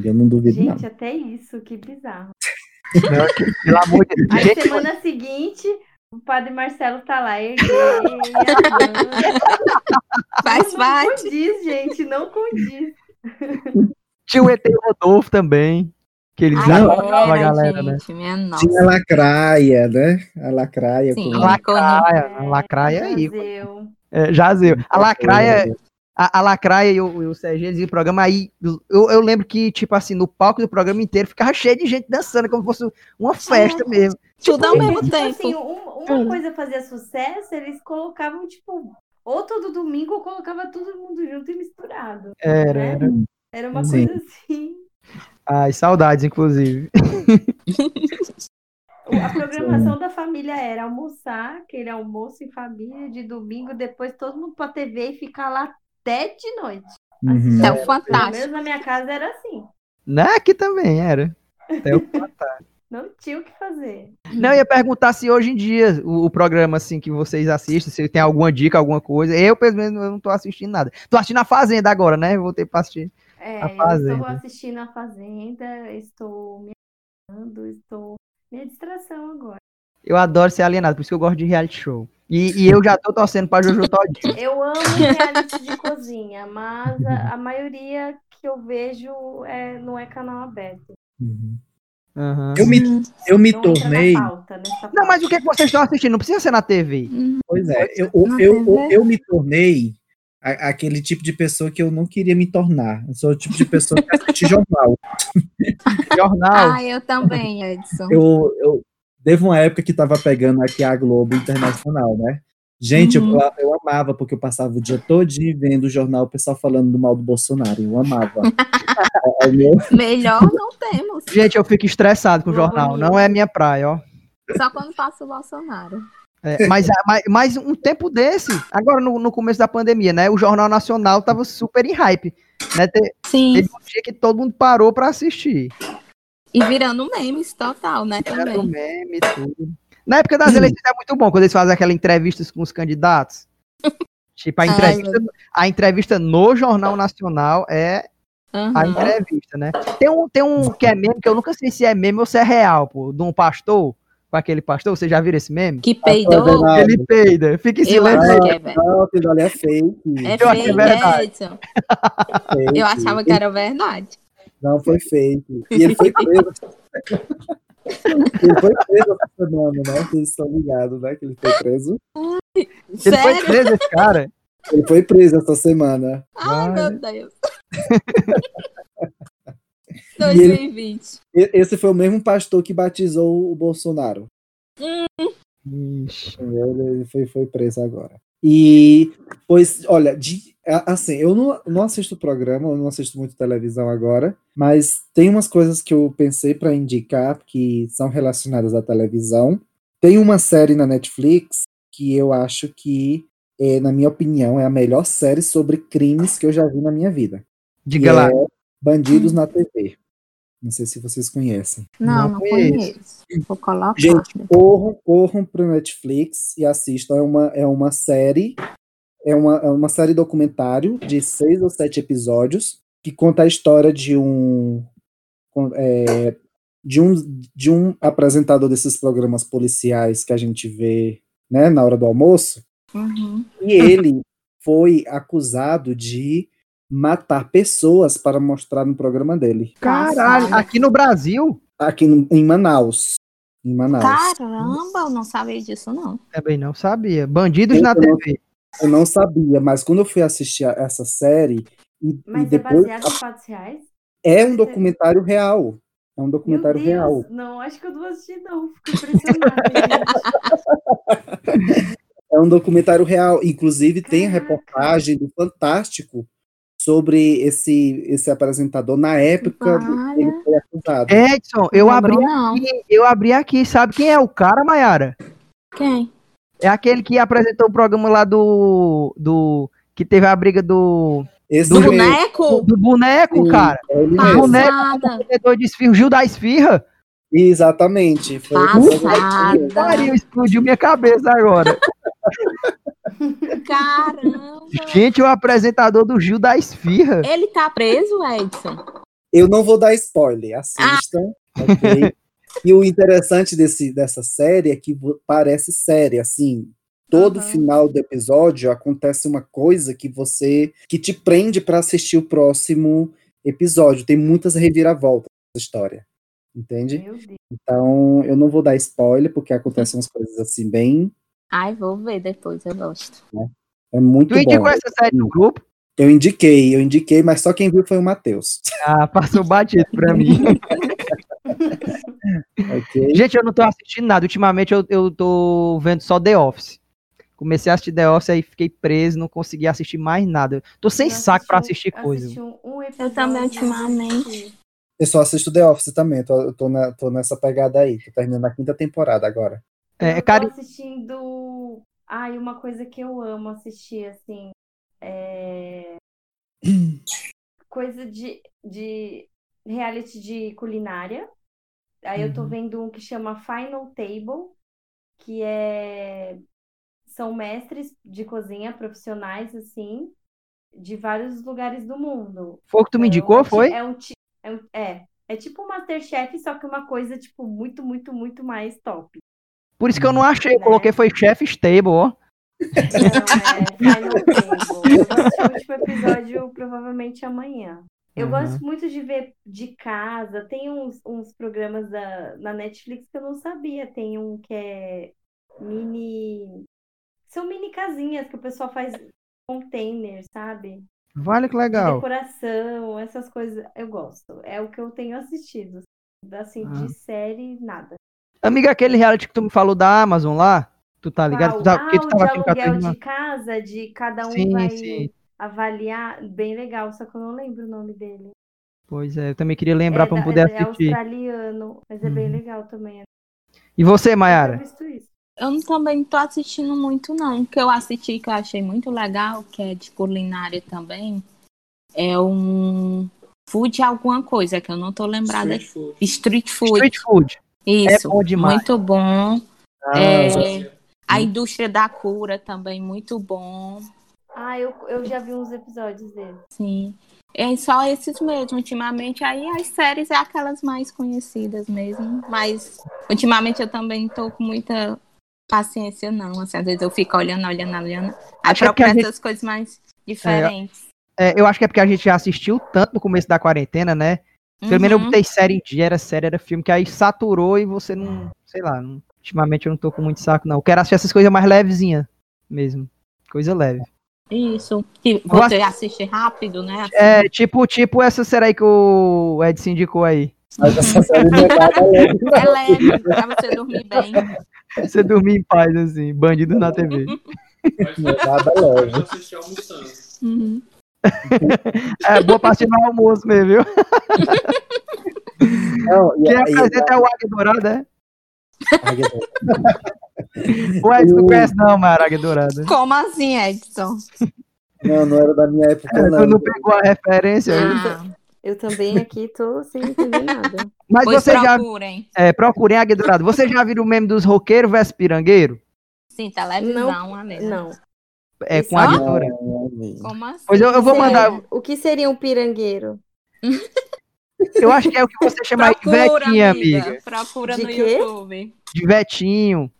S2: Eu não duvido, não.
S4: Gente, até isso, que bizarro.
S1: Pelo amor de Deus.
S4: Aí
S1: Gente,
S4: semana seguinte, o padre Marcelo tá lá, erguei a mão.
S3: Faz
S4: Não
S3: parte.
S4: condiz, gente, não condiz.
S1: tinha o ET Rodolfo também. Que eles
S3: Ai,
S1: adoravam a
S3: era,
S1: galera, né?
S3: gente, minha nossa.
S2: Tinha a lacraia, né? A lacraia.
S3: Sim.
S2: com-
S1: A
S3: Lá-
S1: lacraia, É, a lacraia aí.
S4: Brasil.
S1: É, Jazeu. A lacraia, a, a lacraia e o, e o Serginho eles iam pro programa aí. Eu, eu lembro que, tipo assim, no palco do programa inteiro ficava cheio de gente dançando, como se fosse uma festa mesmo.
S3: Tudo ao mesmo
S4: Tipo assim,
S3: tempo.
S4: um-
S1: Hum.
S4: uma coisa fazia sucesso, eles colocavam, tipo, ou todo domingo, ou colocava todo mundo junto e misturado.
S1: Era,
S4: né?
S1: era.
S4: Era uma
S2: Sim.
S4: coisa assim.
S1: Ai, saudades, inclusive.
S4: O- A programação da família era almoçar, aquele almoço em família de domingo, depois todo mundo pra TV e ficar lá até de noite.
S2: Uhum.
S3: É o
S4: Pelo
S3: fantástico.
S4: menos na minha casa era assim.
S1: Né? Aqui também era. Até o
S4: Não tinha o que fazer.
S1: Não, eu ia perguntar se hoje em dia o, o programa assim que vocês assistem, se tem alguma dica, alguma coisa. Eu, pelo menos, eu não tô assistindo nada. Tô assistindo a Fazenda agora, né? Eu Voltei pra assistir.
S4: É,
S1: A
S4: eu
S1: Fazenda.
S4: estou assistindo a Fazenda, estou me alimentando, estou. Minha distração agora.
S1: Eu adoro ser alienado, por isso que eu gosto de reality show. E, e eu já tô torcendo pra Jojo Todinho.
S4: Eu amo reality de cozinha, mas a, a maioria que eu vejo é, não é canal aberto.
S2: Uhum.
S1: Aham.
S2: Eu me, eu me
S4: Não entra na
S2: tornei.
S4: pauta, nessa
S1: Não, mas
S4: pauta.
S1: o que, é que vocês estão assistindo? Não precisa ser na TV.
S2: Pois é, eu,
S3: na
S2: eu, eu,
S3: TV.
S2: eu me tornei a- aquele tipo de pessoa que eu não queria me tornar. Eu sou o tipo de pessoa que assiste jornal.
S1: Jornal.
S3: Ah, eu também, Edson.
S2: Eu, eu teve uma época que tava pegando aqui a Globo Internacional, né? Gente, eu-
S3: Uhum.
S2: eu, eu amava, porque eu passava o dia todinho vendo o jornal, o pessoal falando do mal do Bolsonaro. Eu amava. É, é o meu-
S3: Melhor não temos.
S1: Gente, eu fico estressado com o
S4: Globo
S1: jornal.
S4: News.
S1: Não é minha praia, ó.
S3: Só quando passa o Bolsonaro.
S1: É, mas, mas, mas um tempo desse, agora no, no começo da pandemia, né? O Jornal Nacional tava super em hype. Né? Te-
S3: Sim.
S1: Teve um dia que todo mundo parou pra assistir.
S3: E virando memes total, né?
S1: Era o
S3: Também. Uhum.
S1: meme e tudo. Na época das eleições é muito bom quando eles fazem aquelas entrevistas com os candidatos. Tipo, a
S3: Ai,
S1: entrevista, a entrevista no Jornal Nacional é a
S3: Aham.
S1: entrevista, né? Tem um, tem um que é meme, que eu nunca sei se é meme ou se é real, pô, de um pastor, com aquele pastor, vocês já viram esse meme?
S3: Que peidou.
S2: Ah,
S1: Ele peida, fica em
S3: Eu
S1: silêncio.
S3: acho que é, velho.
S2: Não, aquilo ali é fake.
S3: É
S1: Eu acho que é
S3: fake,
S1: verdade.
S3: é, Edson.
S2: fake.
S3: Eu achava que era verdade.
S2: Não, foi fake. E ele foi preso. ele foi preso essa semana, né? Vocês estão ligados, né? Que ele foi preso.
S1: Ele foi
S3: Sério?
S1: preso, esse cara.
S2: Ele foi preso essa semana.
S1: Vai.
S3: Ai, meu Deus.
S2: E ele-
S3: 2020.
S2: E- Esse foi o mesmo pastor que batizou o Bolsonaro.
S1: Ixi.
S2: Ele ele foi, foi preso agora. E, pois, olha, de- a- assim, eu não, não assisto programa, eu não assisto muito televisão agora, mas tem umas coisas que eu pensei para indicar que são relacionadas à televisão. Tem uma série na Netflix que eu acho que, é, na minha opinião, é a melhor série sobre crimes que eu já vi na minha vida.
S1: Diga
S2: que
S1: lá.
S2: é Bandidos na TV. Não sei se vocês conhecem.
S3: Não,
S1: Não
S3: não
S1: conheço.
S3: conheço. Vou colocar.
S2: Gente, corram, corram para Netflix e assistam. É uma, é uma série, é uma, é uma série documentário de seis ou sete episódios que conta a história de um con- é, de um de um apresentador desses programas policiais que a gente vê, né, na hora do almoço.
S3: Uhum.
S2: E ele foi acusado de matar pessoas para mostrar no programa dele,
S1: Caralho,
S3: Nossa.
S1: aqui no Brasil
S2: aqui no- em Manaus. Em Manaus.
S3: Caramba, eu não sabia disso, não.
S1: também não sabia. Bandidos
S2: Eu
S1: na
S2: não-
S1: TV.
S2: Eu não sabia, mas quando eu fui assistir a- essa série, e, e
S4: Mas
S2: depois. tá
S4: é baseado em fatos reais?
S2: É um documentário real. É um
S4: Meu
S2: documentário
S4: Deus,
S2: real.
S4: Não, acho que eu não assisti, não. Fico impressionada. gente.
S2: É um documentário real. Inclusive, tem a
S4: Caraca.
S2: reportagem do Fantástico sobre esse, esse apresentador na época
S3: Vale.
S2: que ele foi acusado.
S1: Edson, eu
S3: Não
S1: abri
S3: lembrou, não.
S1: aqui, eu abri aqui. Sabe quem é o cara, Mayara?
S3: Quem?
S1: É aquele que apresentou o programa lá do. do que teve a briga do.
S2: Esse
S1: Do
S2: mesmo,
S3: Boneco?
S1: Do boneco,
S2: Sim,
S1: cara.
S2: é ele
S1: Ah,
S3: né?
S2: mesmo.
S1: boneco.
S3: Passada.
S1: Vendedor de esfirra, o Gil da Esfirra.
S2: Exatamente. Foi
S3: Passada.
S1: Pariu, explodiu minha cabeça agora.
S3: Caramba.
S1: Gente, o apresentador do Gil da Esfirra.
S3: Ele tá preso, Edson?
S2: Eu não vou dar spoiler, assistam, ok? E o interessante desse, dessa série é que vo- parece série, assim. Todo
S3: Aham.
S2: final do episódio acontece uma coisa que você que te prende para assistir o próximo episódio. Tem muitas reviravoltas nessa história. Entende?
S4: Meu Deus.
S2: Então, eu não vou dar spoiler porque acontecem umas coisas assim bem,
S3: Ai, vou ver depois, eu gosto.
S2: é muito
S1: Tu indicou
S2: bom.
S1: essa série no grupo?
S2: Eu indiquei, eu indiquei, mas só quem viu foi o Matheus.
S1: Ah, passou batido pra mim.
S2: OK?
S1: Gente, eu não tô assistindo nada. Ultimamente eu, eu tô vendo só The Office. Comecei a assistir The Office, aí fiquei preso, não consegui assistir mais nada. Eu Tô sem
S4: Eu
S1: saco pra
S4: assisti
S1: assistir
S4: um-
S1: coisa.
S4: assisti um- um
S3: Eu também,
S4: episódio,
S3: ultimamente.
S2: Eu só assisto The Office também, tô, eu tô, na- tô nessa pegada aí, tô terminando a quinta temporada agora.
S1: É,
S4: eu tô
S1: cara,
S4: assistindo. Ai, uma coisa que eu amo assistir, assim. é, Coisa de, de reality de culinária. Aí eu tô
S1: Uhum.
S4: vendo um que chama Final Table, que é. São mestres de cozinha profissionais, assim, de vários lugares do mundo.
S1: foi o que tu me
S4: É
S1: indicou,
S4: um ti-
S1: foi?
S4: É, um, ti- é, um- é, é tipo um Masterchef, só que uma coisa, tipo, muito, muito, muito mais top.
S1: Por isso que eu não achei, eu
S4: Né?
S1: coloquei foi Chef Stable, ó.
S4: Não, é Final Table. Eu vou assistir o último episódio provavelmente amanhã. Eu
S1: Uhum.
S4: gosto muito de ver de casa. Tem uns, uns programas da, na Netflix que eu não sabia. Tem um que é mini. São mini casinhas que o pessoal faz container, sabe?
S1: Vale que
S4: De
S1: legal.
S4: decoração, essas coisas. Eu gosto. É o que eu tenho assistido. Assim,
S1: Ah.
S4: de série, nada.
S1: Amiga, aquele reality que tu me falou da Amazon lá, tu tá ligado? Tu
S4: Qual?
S1: tá- porque tu
S4: Ah, o
S1: tava
S4: de
S1: aqui em
S4: aluguel
S1: Catarina.
S4: de casa, de cada um vai
S1: Sim, sim.
S4: avaliar. Bem legal, só que eu não lembro o nome dele.
S1: Pois é, eu também queria lembrar
S4: É
S1: pra eu
S4: da-
S1: poder
S4: é
S1: assistir.
S4: australiano, mas é bem
S1: Uhum.
S4: legal também. Eu
S1: E você,
S4: nunca
S1: Mayara?
S4: visto isso.
S3: Eu não- também não tô assistindo muito, não. O que eu assisti que eu achei muito legal, que é de culinária também, é um food alguma coisa, que eu não tô lembrada.
S5: Street food.
S3: Street food.
S1: Street food.
S3: Isso.
S1: É bom demais.
S3: Muito bom.
S2: Ah,
S3: É,
S2: já-
S3: a indústria da cura também, muito bom.
S4: Ah, eu, eu já vi uns episódios dele.
S3: Sim. É só esses mesmo. Ultimamente, aí as séries é aquelas mais conhecidas mesmo. Mas ultimamente eu também tô com muita paciência, não. Assim, às vezes eu fico olhando, olhando, olhando. Aí
S1: Até porque a
S3: procuro
S1: gente-
S3: essas coisas mais diferentes.
S1: É, eu acho que é porque a gente já assistiu tanto no começo da quarentena, né? Pelo menos eu
S3: Uhum.
S1: botei série em dia, era série, era filme, que aí saturou e você não. Sei lá, não- ultimamente eu não tô com muito saco, não. Eu quero assistir essas coisas mais levezinhas mesmo. Coisa leve.
S3: Isso. Que
S1: Eu
S3: você assiste rápido, né?
S1: É, tipo, tipo essa série aí que o Edson indicou aí.
S2: mas essa série não é nada leve, não.
S3: É leve, pra você dormir bem.
S1: Você dormir em paz, assim, bandido na TV.
S5: Mas
S2: Não é nada leve.
S5: eu assisti almoçando.
S3: Uhum.
S1: É, boa parte do almoço mesmo, viu?
S2: Não, e
S1: Quem
S2: aí-
S1: apresenta é o Águia Dourada, é?
S2: aí-
S1: O Edson não
S2: Eu-
S1: conhece, não, Mara, Águia Dourada.
S3: Como assim, Edson?
S2: Não, não era da minha época,
S1: É,
S2: não.
S1: tu não pegou a referência aí.
S3: Ah,
S4: Eu também aqui tô sem entender nada.
S1: Mas
S3: pois um-
S1: você já.
S3: procurem.
S1: É, procurem Águia Dourada. Você já viu o meme dos roqueiros versus pirangueiro?
S3: Sim, televisão, Anela.
S4: Não.
S1: É,
S4: Isso.
S1: com Águia
S2: Ah.
S1: Dourada.
S3: Como assim?
S1: Pois é eu, eu vou
S4: Sei,
S1: mandar.
S4: O que seria um pirangueiro?
S1: Eu acho que é o que você chama aí de
S3: Procura,
S1: vetinha,
S3: amiga.
S1: amiga.
S3: Procura
S4: De
S3: no
S4: quê?
S3: YouTube.
S1: De vetinho.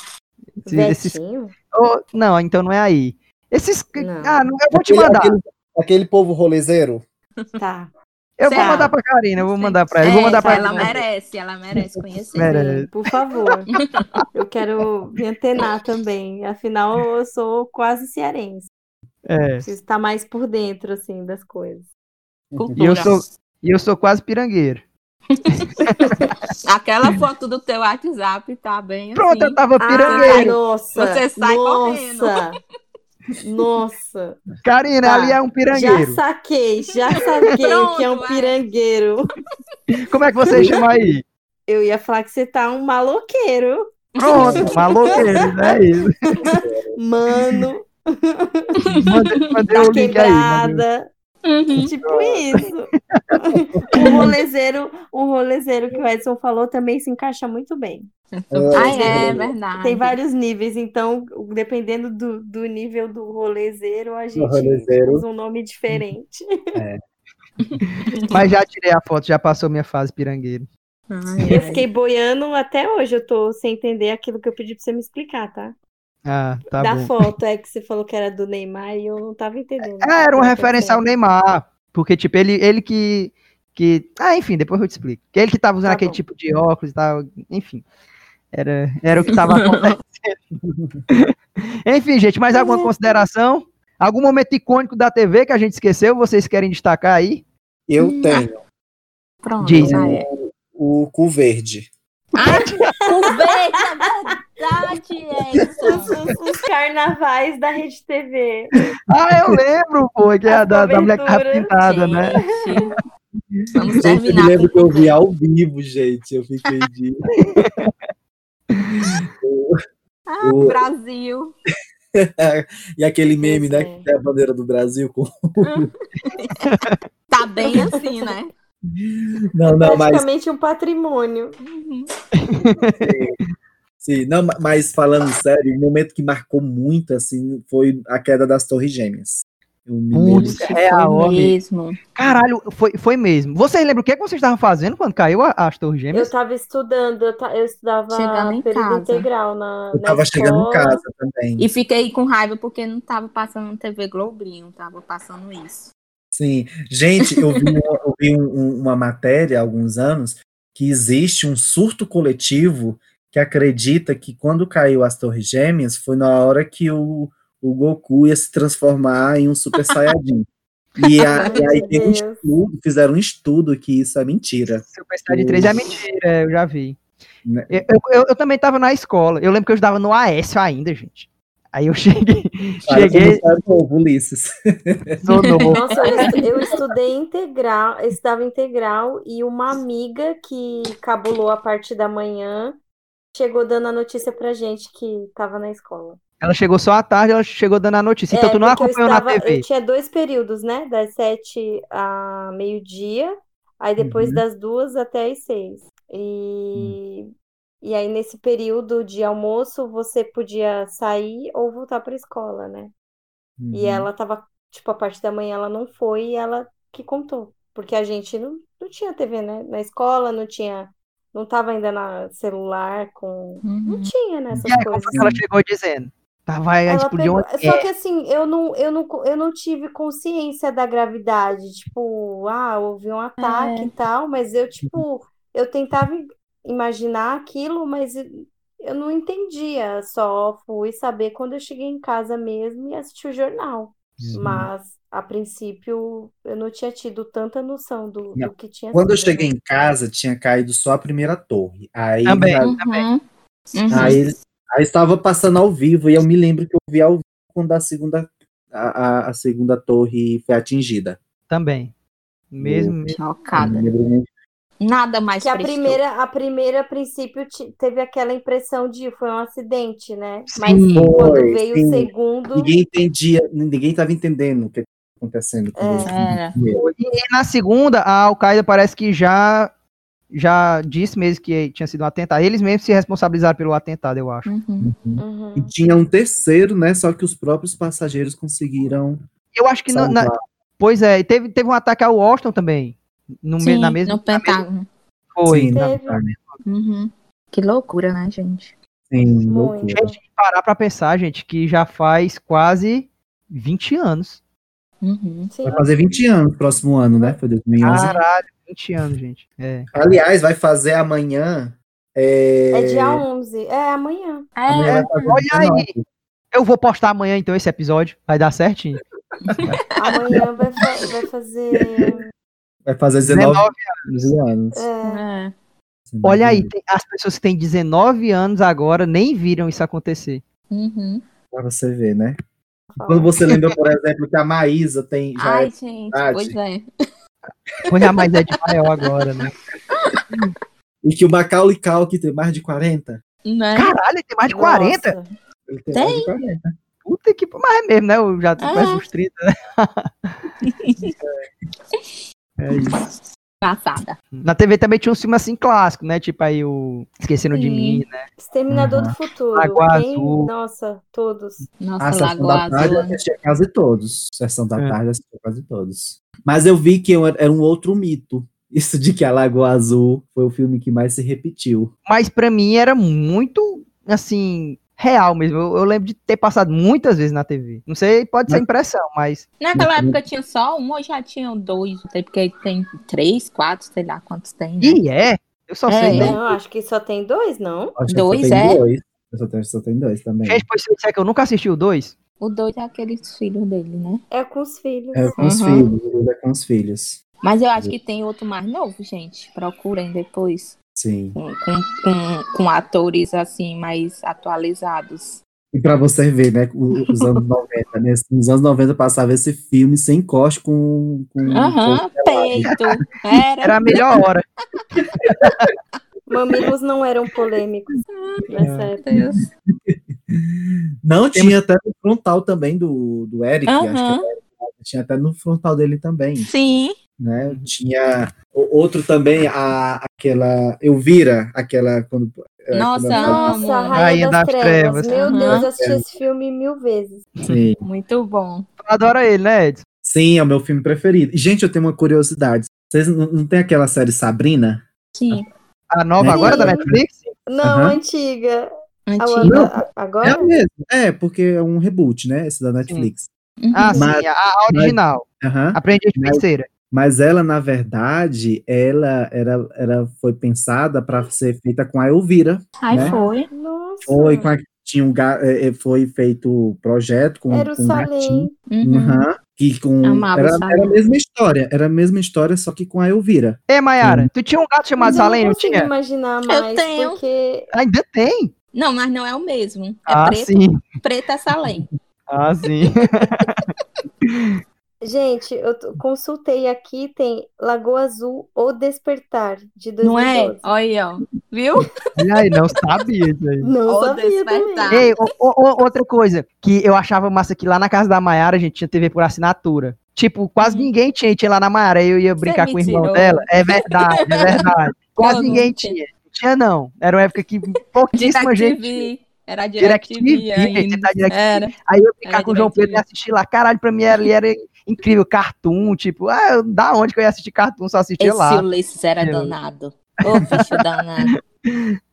S1: Esse- esses-
S4: Vetinho?
S1: Oh, não, então não é aí. Esses.
S4: Não.
S1: Ah, não, eu vou te
S2: Aquele-
S1: mandar.
S2: É Aquele, aquele povo rolezeiro.
S4: Tá.
S1: Eu vou
S3: Certo.
S1: mandar pra Karina, eu vou mandar pra ela. Eu vou
S3: É,
S1: mandar pra
S3: ela
S1: ela.
S3: merece, ela merece conhecer.
S1: Merece.
S4: Por favor. Eu quero me antenar também. Afinal, eu sou quase cearense.
S1: É.
S4: Preciso estar mais por dentro, assim, das coisas.
S1: E
S3: Cultura.
S1: eu sou, e eu sou quase pirangueiro.
S3: Aquela foto do teu WhatsApp tá bem
S1: Pronto, eu
S3: assim.
S1: tava
S4: Ah,
S1: pirangueiro.
S4: nossa!
S3: Você sai
S4: nossa! Nossa!
S1: Karina,
S4: tá.
S1: ali é um
S4: Já
S1: pirangueiro.
S4: saquei, já saquei
S3: Pronto,
S4: que é um
S3: vai.
S4: pirangueiro.
S1: Como é que você chama aí?
S4: Eu ia falar que você tá um maloqueiro.
S1: Pronto, maloqueiro, né? Isso.
S4: Mano,
S1: Mandei, mandei
S4: tá
S1: o link aí. mandei
S4: quebrada.
S3: Uhum.
S4: Tipo isso. o rolezeiro, o rolezeiro que o Edson falou também se encaixa muito bem.
S3: Ah, é verdade.
S4: Tem vários níveis, então, dependendo do, do nível do rolezeiro, a gente
S2: rolezeiro.
S4: usa um nome diferente.
S1: o- Mas já tirei a foto, já passou minha fase pirangueiro.
S3: Ai, é.
S4: Eu
S3: ai.
S4: fiquei boiando até hoje, eu tô sem entender aquilo que eu pedi pra você me explicar, tá?
S1: Ah, tá
S4: da
S1: bom.
S4: foto é que você falou que era do Neymar e eu não tava entendendo.
S1: É, era uma referência ao
S4: Neymar.
S1: Neymar. Porque, tipo, ele, ele que, que. Ah, enfim, depois eu te explico. Que ele que tava usando
S4: Tá
S1: aquele
S4: bom.
S1: tipo de óculos e tal. Enfim. Era, era o que tava acontecendo. enfim, gente, mais alguma
S4: Uhum.
S1: consideração? Algum momento icônico da TV que a gente esqueceu? Vocês querem destacar aí?
S2: Eu
S1: Hum.
S2: tenho
S3: Pronto,
S1: Diz.
S3: já é.
S2: o cu verde.
S3: Ai, aproveita, é
S4: assim, Os,
S3: verdade, Edson.
S4: os- os carnavais da Rede TV.
S1: Ah, eu lembro, pô, que é a
S4: As
S1: da, da mulher que tava
S4: coberturas,
S1: pintada, né?
S3: Gente,
S2: Gente,
S3: Vamos
S2: eu me
S3: terminar
S2: lembro que
S3: com
S2: eu vi ao vivo, gente. Eu fiquei de.
S3: Ah,
S2: o-
S3: Brasil.
S2: e aquele meme, né?
S4: Sim.
S2: Que tem a bandeira do Brasil com.
S3: Tá bem assim, né?
S2: Não, não, mas.
S4: Praticamente um patrimônio.
S3: Uhum.
S2: Sim, não, ma- mas falando sério, o momento que marcou muito, assim, foi a queda das Torres Gêmeas. Eu me lembro.
S1: Putz, real,
S3: Foi
S1: homem.
S3: mesmo.
S1: Caralho, foi, foi mesmo. Vocês lembram o que, que vocês estavam fazendo quando caiu a, as Torres Gêmeas?
S4: Eu tava estudando, eu, ta- eu estudava
S3: Chegando em
S4: período
S3: casa.
S4: integral na,
S2: Eu
S4: na
S2: tava chegando em
S4: escola.
S2: casa também.
S3: E fiquei com raiva porque não tava passando TV Globinho, tava passando isso.
S2: Sim. Gente, eu vi, uma- eu vi um- um- uma matéria há alguns anos que existe um surto coletivo que acredita que quando caiu as Torres Gêmeas foi na hora que o, o Goku ia se transformar em um Super Saiyajin. E, a- e aí
S6: Meu
S2: teve um
S6: Deus.
S2: estudo, fizeram um estudo que isso é mentira.
S1: Super Saiyajin 3 é mentira, eu já vi.
S2: Né?
S1: Eu, eu- eu- eu também tava na escola. Eu lembro que eu estudava no AS ainda, gente. Aí eu cheguei,
S2: Para
S1: cheguei,
S2: começar de novo, Ulisses.
S1: sou novo.
S4: Nossa, eu, estu- eu estudei integral, eu estudava integral e uma amiga que cabulou a parte da manhã chegou dando a notícia pra gente que tava na escola.
S1: Ela chegou só à tarde, ela chegou dando a notícia. Então
S4: É,
S1: tu não
S4: porque eu
S1: acompanhou na
S4: estava-
S1: TV.
S4: Eu tinha dois períodos, né? Das sete a meio-dia, aí depois
S2: Uhum.
S4: das duas até às seis. E,
S1: Hum.
S4: e aí, nesse período de almoço, você podia sair ou voltar pra escola, né?
S1: Uhum.
S4: E
S6: é
S4: ela tava, tipo, a parte da manhã ela não foi e ela que contou. Porque a gente não, não tinha TV, né? Na escola não tinha. Não tava ainda na celular com.
S1: Tá
S4: Não
S3: Uhum.
S4: tinha, né? Essas
S1: E aí, como
S4: coisas.
S1: foi que ela chegou dizendo? Tá,
S2: É,
S1: vai
S4: Ela
S2: tipo,
S1: explodir uma
S4: pegou- Só que assim, eu não, eu, não, eu não tive consciência da gravidade. Tipo, ah, houve um ataque e tal, mas eu, tipo, eu tentava imaginar aquilo, mas eu não entendia. Só fui saber quando eu cheguei em casa mesmo e assisti o jornal.
S2: Uhum.
S1: Uhum.
S4: Mas, a princípio, eu não tinha tido tanta noção do,
S2: Não.
S4: do que tinha
S2: Quando eu
S4: sido, né?
S2: cheguei em casa, tinha caído só a primeira torre. Aí,
S1: Também.
S2: na-
S3: Uhum.
S2: Aí, aí estava passando ao vivo, e eu me lembro que eu vi ao vivo quando a segunda, a, a- a segunda torre foi atingida.
S1: também. Mesmo, mesmo.
S3: Chocada.
S2: Eu me lembro muito.
S3: Nada mais
S4: Que a
S3: frescou.
S4: primeira, a primeira, a princípio, ti- teve aquela impressão de foi um acidente, né? Mas
S1: Sim.
S4: quando
S2: Foi,
S4: veio
S2: sim.
S4: o segundo,
S2: Ninguém entendia, ninguém estava entendendo o que estava acontecendo com
S4: É.
S2: você.
S3: Era.
S1: E na segunda, a Al-Qaeda parece que já já disse mesmo que tinha sido um atentado. Eles mesmos se responsabilizaram pelo atentado, eu acho.
S3: Uhum.
S4: Uhum.
S2: E tinha um terceiro, né? Só que os próprios passageiros conseguiram.
S1: Eu acho que na- na-
S2: salvar.
S1: pois é, e teve teve um ataque ao Washington também. No, me-
S3: Sim,
S1: na mesma
S3: no Pentágono.
S1: foi.
S2: Sim,
S1: na-
S4: Teve.
S1: na mesma-
S3: Uhum. Que loucura, né, gente?
S2: Sim,
S4: Muito.
S2: loucura.
S1: Gente, parar pra pensar, gente, que já faz quase 20 anos.
S3: Uhum.
S4: Sim.
S2: Vai fazer 20 anos próximo ano, né? Foi 2011.
S1: Caralho, 20 anos, gente. É.
S2: Aliás, vai fazer amanhã. É,
S4: É dia 11, é amanhã.
S2: Amanhã
S3: É,
S2: vai fazer
S1: Olha aí.
S2: 19.
S1: Eu vou postar amanhã, então, esse episódio. Vai dar certinho.
S4: Amanhã vai, fa- vai fazer.
S2: Vai fazer 19 anos. né?
S4: é,
S3: é.
S1: Olha aí, tem- as pessoas que têm 19 anos agora nem viram isso acontecer.
S3: Uhum.
S2: Pra você ver, né?
S4: fala.
S2: Quando você lembra, por exemplo, que a Maísa tem. Já
S3: Ai,
S2: é-
S3: gente,
S2: verdade.
S3: pois é.
S1: Pois a mais é de maior agora, né?
S2: E que o Macaulay Culkin tem mais de 40.
S3: Né?
S1: Caralho, ele tem mais de 40?
S4: Nossa,
S2: Ele tem,
S3: Tem.
S2: mais de 40.
S1: Puta que. Mas é mesmo, né? Eu já tô
S3: É.
S1: quase uns 30, né? É isso.
S3: Passada.
S1: Na TV também tinha uns filmes assim clássicos, né? Tipo aí o Esquecendo de
S3: Sim.
S1: Mim, né?
S4: Exterminador
S2: Uhum.
S4: do Futuro.
S1: Lagoa
S4: Quem-
S1: Azul.
S4: Nossa, todos.
S3: Nossa,
S2: A Sessão
S3: Lagoa
S2: da Tarde eu
S3: Azul.
S2: assistia quase todos. Sessão da
S1: É.
S2: Tarde eu assistia quase todos. Mas eu vi que eu- era um outro mito. Isso de que a Lagoa Azul foi o filme que mais se repetiu.
S1: Mas pra mim era muito, assim, real mesmo. Eu, eu lembro de ter passado muitas vezes na TV. Não sei, pode ser
S2: Mas-
S1: impressão, mas.
S3: Naquela época tinha só um, hoje já tinham dois, até porque tem três, quatro, sei lá quantos tem. Né?
S1: E é? Eu só
S3: É,
S1: sei.
S3: né?
S1: Né?
S4: Não, acho que só tem dois, não?
S2: Acho que só
S3: Dois,
S2: tem
S3: é?
S2: dois. Eu só tenho, só tem dois também.
S1: Gente, pois se eu disser que eu nunca assisti o 2,
S3: O dois é aqueles filhos dele, né?
S4: É com os filhos.
S2: É com os
S3: Uhum.
S2: filhos. ele É com os filhos.
S3: Mas eu acho que tem outro mais novo, gente. Procurem depois.
S2: Sim.
S3: Com, com, com, com atores assim mais atualizados.
S2: E pra você ver, né, o- os anos 90, né, nos anos 90 passava esse filme sem corte com... com
S3: Aham, peito. Era,
S1: era a melhor hora.
S4: Mamilos não eram polêmicos nessa
S3: meu
S4: época.
S3: Deus.
S1: um
S2: Não, tinha até no frontal também do, do Eric, acho
S3: Aham.
S2: que era Eric, tinha até no frontal dele também,
S3: Sim.
S2: né,
S3: Uhum.
S2: tinha o- outro também, a, aquela Elvira, aquela... Quando, é,
S3: Nossa,
S2: quando-
S4: Nossa,
S3: Amo.
S4: Rainha
S1: Rainha
S4: das,
S1: das Trevas.
S4: Trevas. Meu
S3: Aham.
S4: Deus, eu
S2: É.
S4: assisti esse filme mil vezes.
S2: sim,
S3: Muito bom.
S1: Tu adora ele, né, Edson?
S2: assim, sim, é o meu filme preferido. E, Gente, eu tenho uma curiosidade, vocês não, não tem aquela série Sabrina?
S3: Sim.
S1: A nova
S2: Sim.
S1: agora da Netflix?
S4: Não,
S2: Aham.
S4: antiga. A
S3: Antigo.
S4: outra- a-
S2: É
S4: agora?
S2: a mesma, é, porque é um reboot, né, esse da Netflix.
S3: Uhum.
S1: Ah,
S2: Mas-
S1: sim, a, a original.
S2: Aham.
S1: Aprendiz de
S2: Mas-
S1: feiticeira.
S2: Mas ela, na verdade, ela era, era, foi pensada para ser feita com a Elvira.
S3: Aí
S2: Né?
S3: foi.
S5: Nossa.
S2: Foi, com a, tinha um, ga- eh, eh, foi feito o projeto com,
S5: Era o
S2: com um gatinho.
S5: Salem.
S3: Uhum.
S2: Aham. Que com,
S3: Amava
S2: era,
S3: o Salem.
S2: era a mesma história, era a mesma história, só que com a Elvira.
S1: Ei, Mayara, tu tinha um gato chamado
S5: Mas eu
S1: Salem,
S5: não
S4: assim
S5: consigo
S1: não tinha?
S5: imaginar
S3: Eu
S5: mais,
S3: tenho.
S5: porque
S1: Ainda tem.
S3: Não, mas não é o mesmo. É
S1: ah,
S3: preto,
S1: sim.
S3: preto é Salem.
S1: Ah, sim.
S5: Gente, eu t- consultei aqui, tem Lagoa Azul ou Despertar, de
S3: Não é?
S5: 2012.
S3: Olha aí, ó. Viu?
S1: e aí, não sabia isso aí.
S5: Não
S3: Ou
S5: sabia também.
S3: Despertar.
S1: Ei, o- o- o- outra coisa que eu achava massa é que lá na casa da Maiara a gente tinha TV por assinatura. Tipo, quase
S3: Hum.
S1: ninguém tinha, tinha lá na Maiara. aí Eu ia brincar com o irmão
S3: mentiroso.
S1: dela. É verdade, é verdade. Quase
S3: Eu não
S1: ninguém
S3: tinha.
S1: tinha. Não tinha, não. Era uma época que pouquíssima gente.
S3: DirecTV. Era
S1: DirecTV,
S3: DirecTV
S1: gente,
S3: ainda.
S1: da DirecTV.
S3: Era.
S1: Aí eu brincar
S3: Era
S1: com o João Pedro e
S3: divertido.
S1: assistir lá. Caralho, pra mim ele era incrível. Cartoon, tipo, ah, eu- da onde que eu ia assistir cartoon? Só assistia
S3: Esse
S1: lá.
S3: Ulisses era
S1: Eu-
S3: danado. Ô, bicho danado.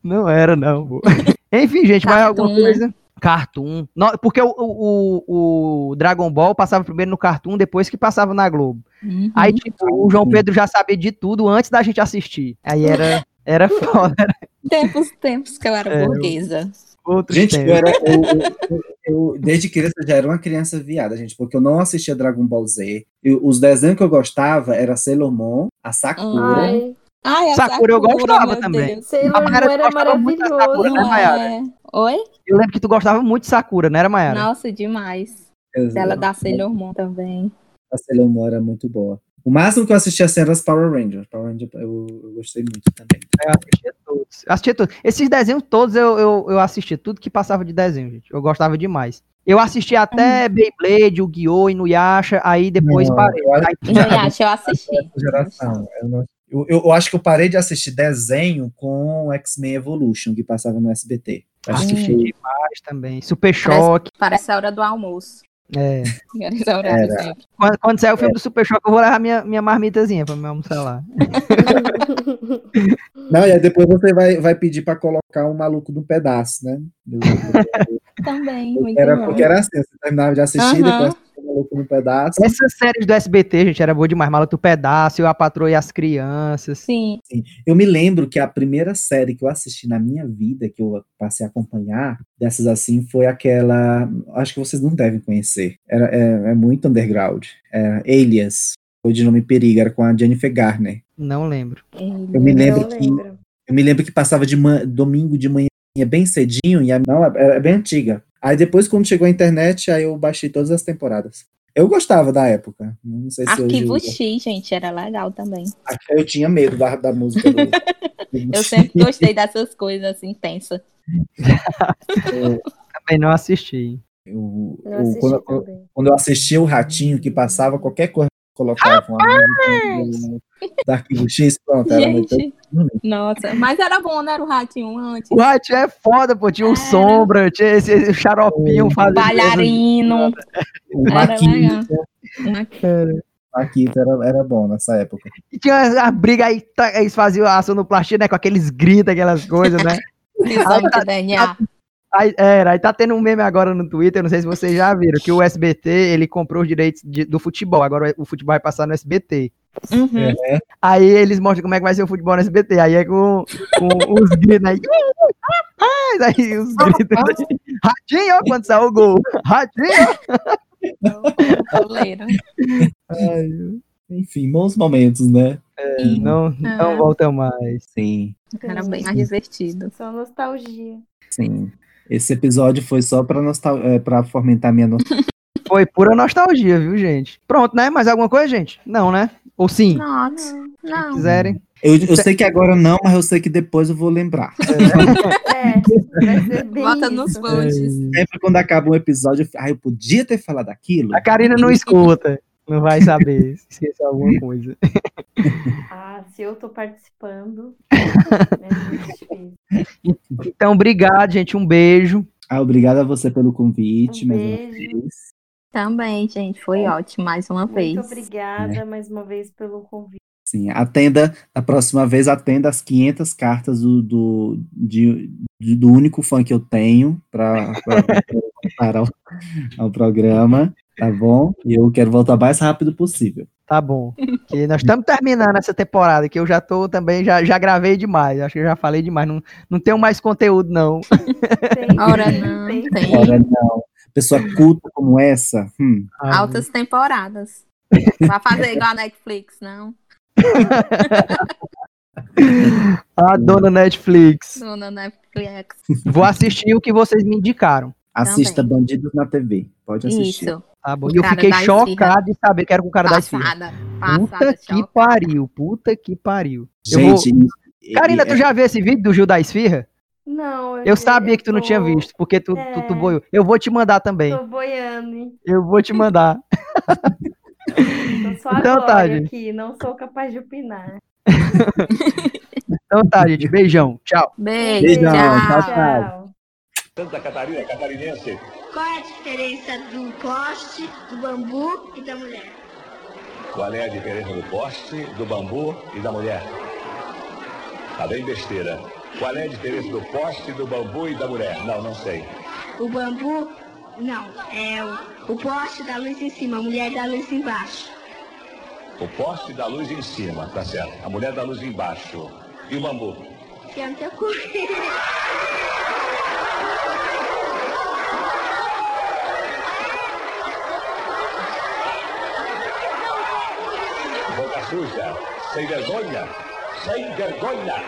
S1: Não era, não. pô. Enfim, gente, mais
S3: Cartoon,
S1: alguma
S3: né?
S1: coisa? Cartoon. No- porque o, o- o Dragon Ball passava primeiro no Cartoon, depois que passava na Globo.
S3: Uhum.
S1: Aí, tipo, o João
S2: Cartoon.
S1: Pedro já sabia de tudo antes da gente assistir. Aí era, era foda.
S3: Tempos, tempos que eu era
S1: É, eu-
S3: burguesa.
S1: Outros
S2: Gente, é. eu
S1: tempos.
S2: era. eu- eu- eu- desde criança eu já era uma criança viada, gente, porque eu não assistia Dragon Ball Z. Eu- os desenhos que eu gostava era Sailor Moon, a Sakura.
S5: Ai,
S3: Ai, a
S1: Sakura eu gostava
S3: meu
S1: também.
S3: Deus.
S1: A
S5: Sailor Moon
S1: Mayara
S5: era
S1: gostava muito da Sakura,
S5: maravilhoso.
S1: né, Mayara?
S3: É. Oi?
S1: Eu lembro que tu gostava muito de Sakura, não era, Mayara?
S3: Nossa, demais.
S2: Eu-
S3: Ela da Sailor Moon também.
S2: A Sailor Moon era é muito boa. O máximo que eu assistia assim era as Power Rangers. Power Rangers eu, eu gostei muito também.
S1: Eu assistia todos. Eu assistia todos. Esses desenhos todos eu, eu, eu assistia. Tudo que passava de desenho, gente. Eu gostava demais. Eu assistia até
S3: Uhum.
S1: Beyblade, o Guiô e Nuyasha, aí depois
S2: Não,
S1: parei.
S2: eu acho
S1: Aí-
S3: Não, eu acho, eu assisti.
S2: Essa geração. né? Eu, não- eu- eu acho que eu parei de assistir desenho com X-Men Evolution, que passava no SBT. Eu
S1: Assisti
S2: assisti-
S1: demais também. Super
S3: Parece-
S1: Choque.
S3: Parece a hora do almoço.
S1: é.
S3: Era essa hora do
S2: Era.
S3: sempre.
S1: Quando, quando sair o filme do Super Choque, eu vou levar minha, minha marmitazinha pra me almoçar lá.
S2: Não, e aí depois você vai, vai pedir para colocar um maluco num pedaço, né? Eu- eu-
S3: Também,
S2: eu-
S3: muito
S2: era
S3: bom.
S2: porque era assim, você terminava de assistir,
S3: Aham.
S2: depois assistia um maluco num pedaço.
S1: Essas séries do SBT, gente, era boa demais. Maluco do Pedaço, Eu, a Patroa e as Crianças.
S3: Sim.
S2: Eu me lembro que a primeira série que eu assisti na minha vida, que eu passei a acompanhar, dessas assim, foi aquela. Acho que vocês não devem conhecer. Era, é, é muito underground. Era Alias. Foi de nome Perigo, era com a Jennifer Garner.
S1: Não lembro.
S2: Eu
S4: Hum,
S2: me lembro
S5: Não
S2: que
S5: lembro.
S2: eu me lembro que passava de man- domingo de manhã bem cedinho, e a, não, era é bem antiga. Aí depois, quando chegou a internet, aí eu baixei todas as temporadas. Eu gostava da época. Não sei se
S3: Arquivo
S2: hoje.
S3: X, gente, era legal também.
S2: Eu, eu tinha medo da, da música do.
S3: Eu sempre gostei dessas coisas assim, intensas.
S1: Também não assisti.
S2: Eu-
S5: Não
S2: eu-
S5: assisti
S2: quando, eu-
S5: também.
S2: quando eu assistia o ratinho que passava, qualquer coisa que colocava uma música do- da Arquivo X, pronto, era muito.
S3: Gente, nossa. Mas era bom, não era o ratinho antes?
S1: O Ratinho é foda, pô. Tinha o
S3: Era.
S1: Sombra, tinha esse, esse xaropinho fazendo.
S3: Bailarino.
S2: O
S3: Era legal.
S2: Maquito, Maquito era, era bom nessa época.
S1: E tinha a briga aí, tá, eles faziam a sonoplastia, né? Com aqueles gritos, aquelas coisas, né?
S3: Precisamos
S2: tá
S3: de DNA.
S1: Aí, era, aí tá tendo um meme agora no Twitter, não sei se vocês já viram, que o SBT, ele comprou os direitos de- do futebol, agora o futebol vai passar no SBT.
S3: Uhum.
S1: Aí eles mostram como é que vai ser o futebol no SBT, aí é com, com os gritos, aí... "Ih, rapaz!" Aí os gritos... Ratinho, ó, quando saiu o gol! Ratinho!
S3: Goleiro.
S2: Enfim, bons momentos, né?
S1: É, Não, não
S2: Então,
S3: Ah.
S1: volta mais.
S2: Sim,
S3: Era bem mais divertido.
S5: Só nostalgia.
S2: sim. Esse episódio foi só para nostal... é, pra fomentar minha nostalgia.
S1: Foi pura nostalgia, viu, gente? Pronto, né? Mais alguma coisa, gente? Não, né? Ou sim,
S3: Nossa,
S1: se
S3: não.
S1: quiserem.
S2: Eu, eu sei que agora não, mas eu sei que depois eu vou lembrar.
S5: É, vai ser bem
S3: Bota nos
S5: isso.
S3: bandes.
S2: Sempre quando acaba um episódio, eu fico, ah, eu podia ter falado aquilo.
S1: A Karina não escuta, não vai saber, esqueceu alguma coisa.
S4: Ah, se eu tô participando,
S5: né,
S4: é muito difícil.
S1: Então, obrigado, gente. Um beijo.
S2: Ah, obrigado a você pelo convite,
S4: Um
S2: mais uma
S4: beijo.
S2: vez.
S3: Também, gente, foi ótimo mais uma vez.
S4: Muito
S2: É.
S4: obrigada mais uma vez pelo convite.
S2: Sim, atenda, a próxima vez atenda as 500 cartas do, do, de- de- do único fã que eu tenho para ao, ao programa. Tá bom? E eu quero voltar o mais rápido possível.
S1: Tá bom. Que nós estamos terminando essa temporada, que eu já tô também, já, já gravei demais. Acho que eu já falei demais. Não, não tenho mais conteúdo, não.
S4: Tem,
S3: Ora
S4: tem,
S3: não,
S4: tem.
S3: tem
S2: Ora, não. Pessoa culta como essa. hum.
S3: Ah, altas temporadas. Vai fazer igual a Netflix, não?
S1: Ah, dona Netflix.
S3: Dona Netflix.
S1: Vou assistir o que vocês me indicaram.
S2: Assista Bandidos na TV. Pode assistir.
S3: Isso.
S1: Tá bom.
S3: O
S1: E eu
S3: cara
S1: fiquei
S3: da esfirra.
S1: chocado de saber que era com o cara da esfirra.
S3: Passada.
S1: Puta
S3: Passada.
S1: que
S3: choca.
S1: pariu, puta que pariu. Eu vou-
S2: Gente, e- é
S1: Karina,
S2: e-
S1: tu já viu esse vídeo do Gil da Esfirra?
S4: Não,
S1: Eu sabia que tu não
S4: tô-
S1: tinha visto, porque tu, tu, tu
S4: É.
S1: boiou. Eu vou te mandar também.
S4: Tô boiando, hein?
S1: Eu vou te mandar.
S4: Tô só
S1: Então tá,
S4: agora
S1: gente.
S4: aqui, não sou capaz de opinar.
S1: Então tá, gente. Beijão. Tchau.
S3: Beijo.
S2: Beijão,
S3: tchau.
S2: tchau, tchau.
S7: Santa Catarina, catarinense.
S8: Qual é a diferença do poste, do bambu e da mulher?
S7: Qual é a diferença do poste, do bambu e da mulher? Tá bem besteira. Qual é a diferença do poste, do bambu e da mulher? Não, não sei.
S8: O bambu, não, é o, o poste da luz em cima, a mulher da luz embaixo.
S7: O poste da luz em cima, tá certo. A mulher da luz embaixo. E o bambu?
S8: Fica no teu cu.
S7: Boca suja. Sem vergonha. Sem vergonha.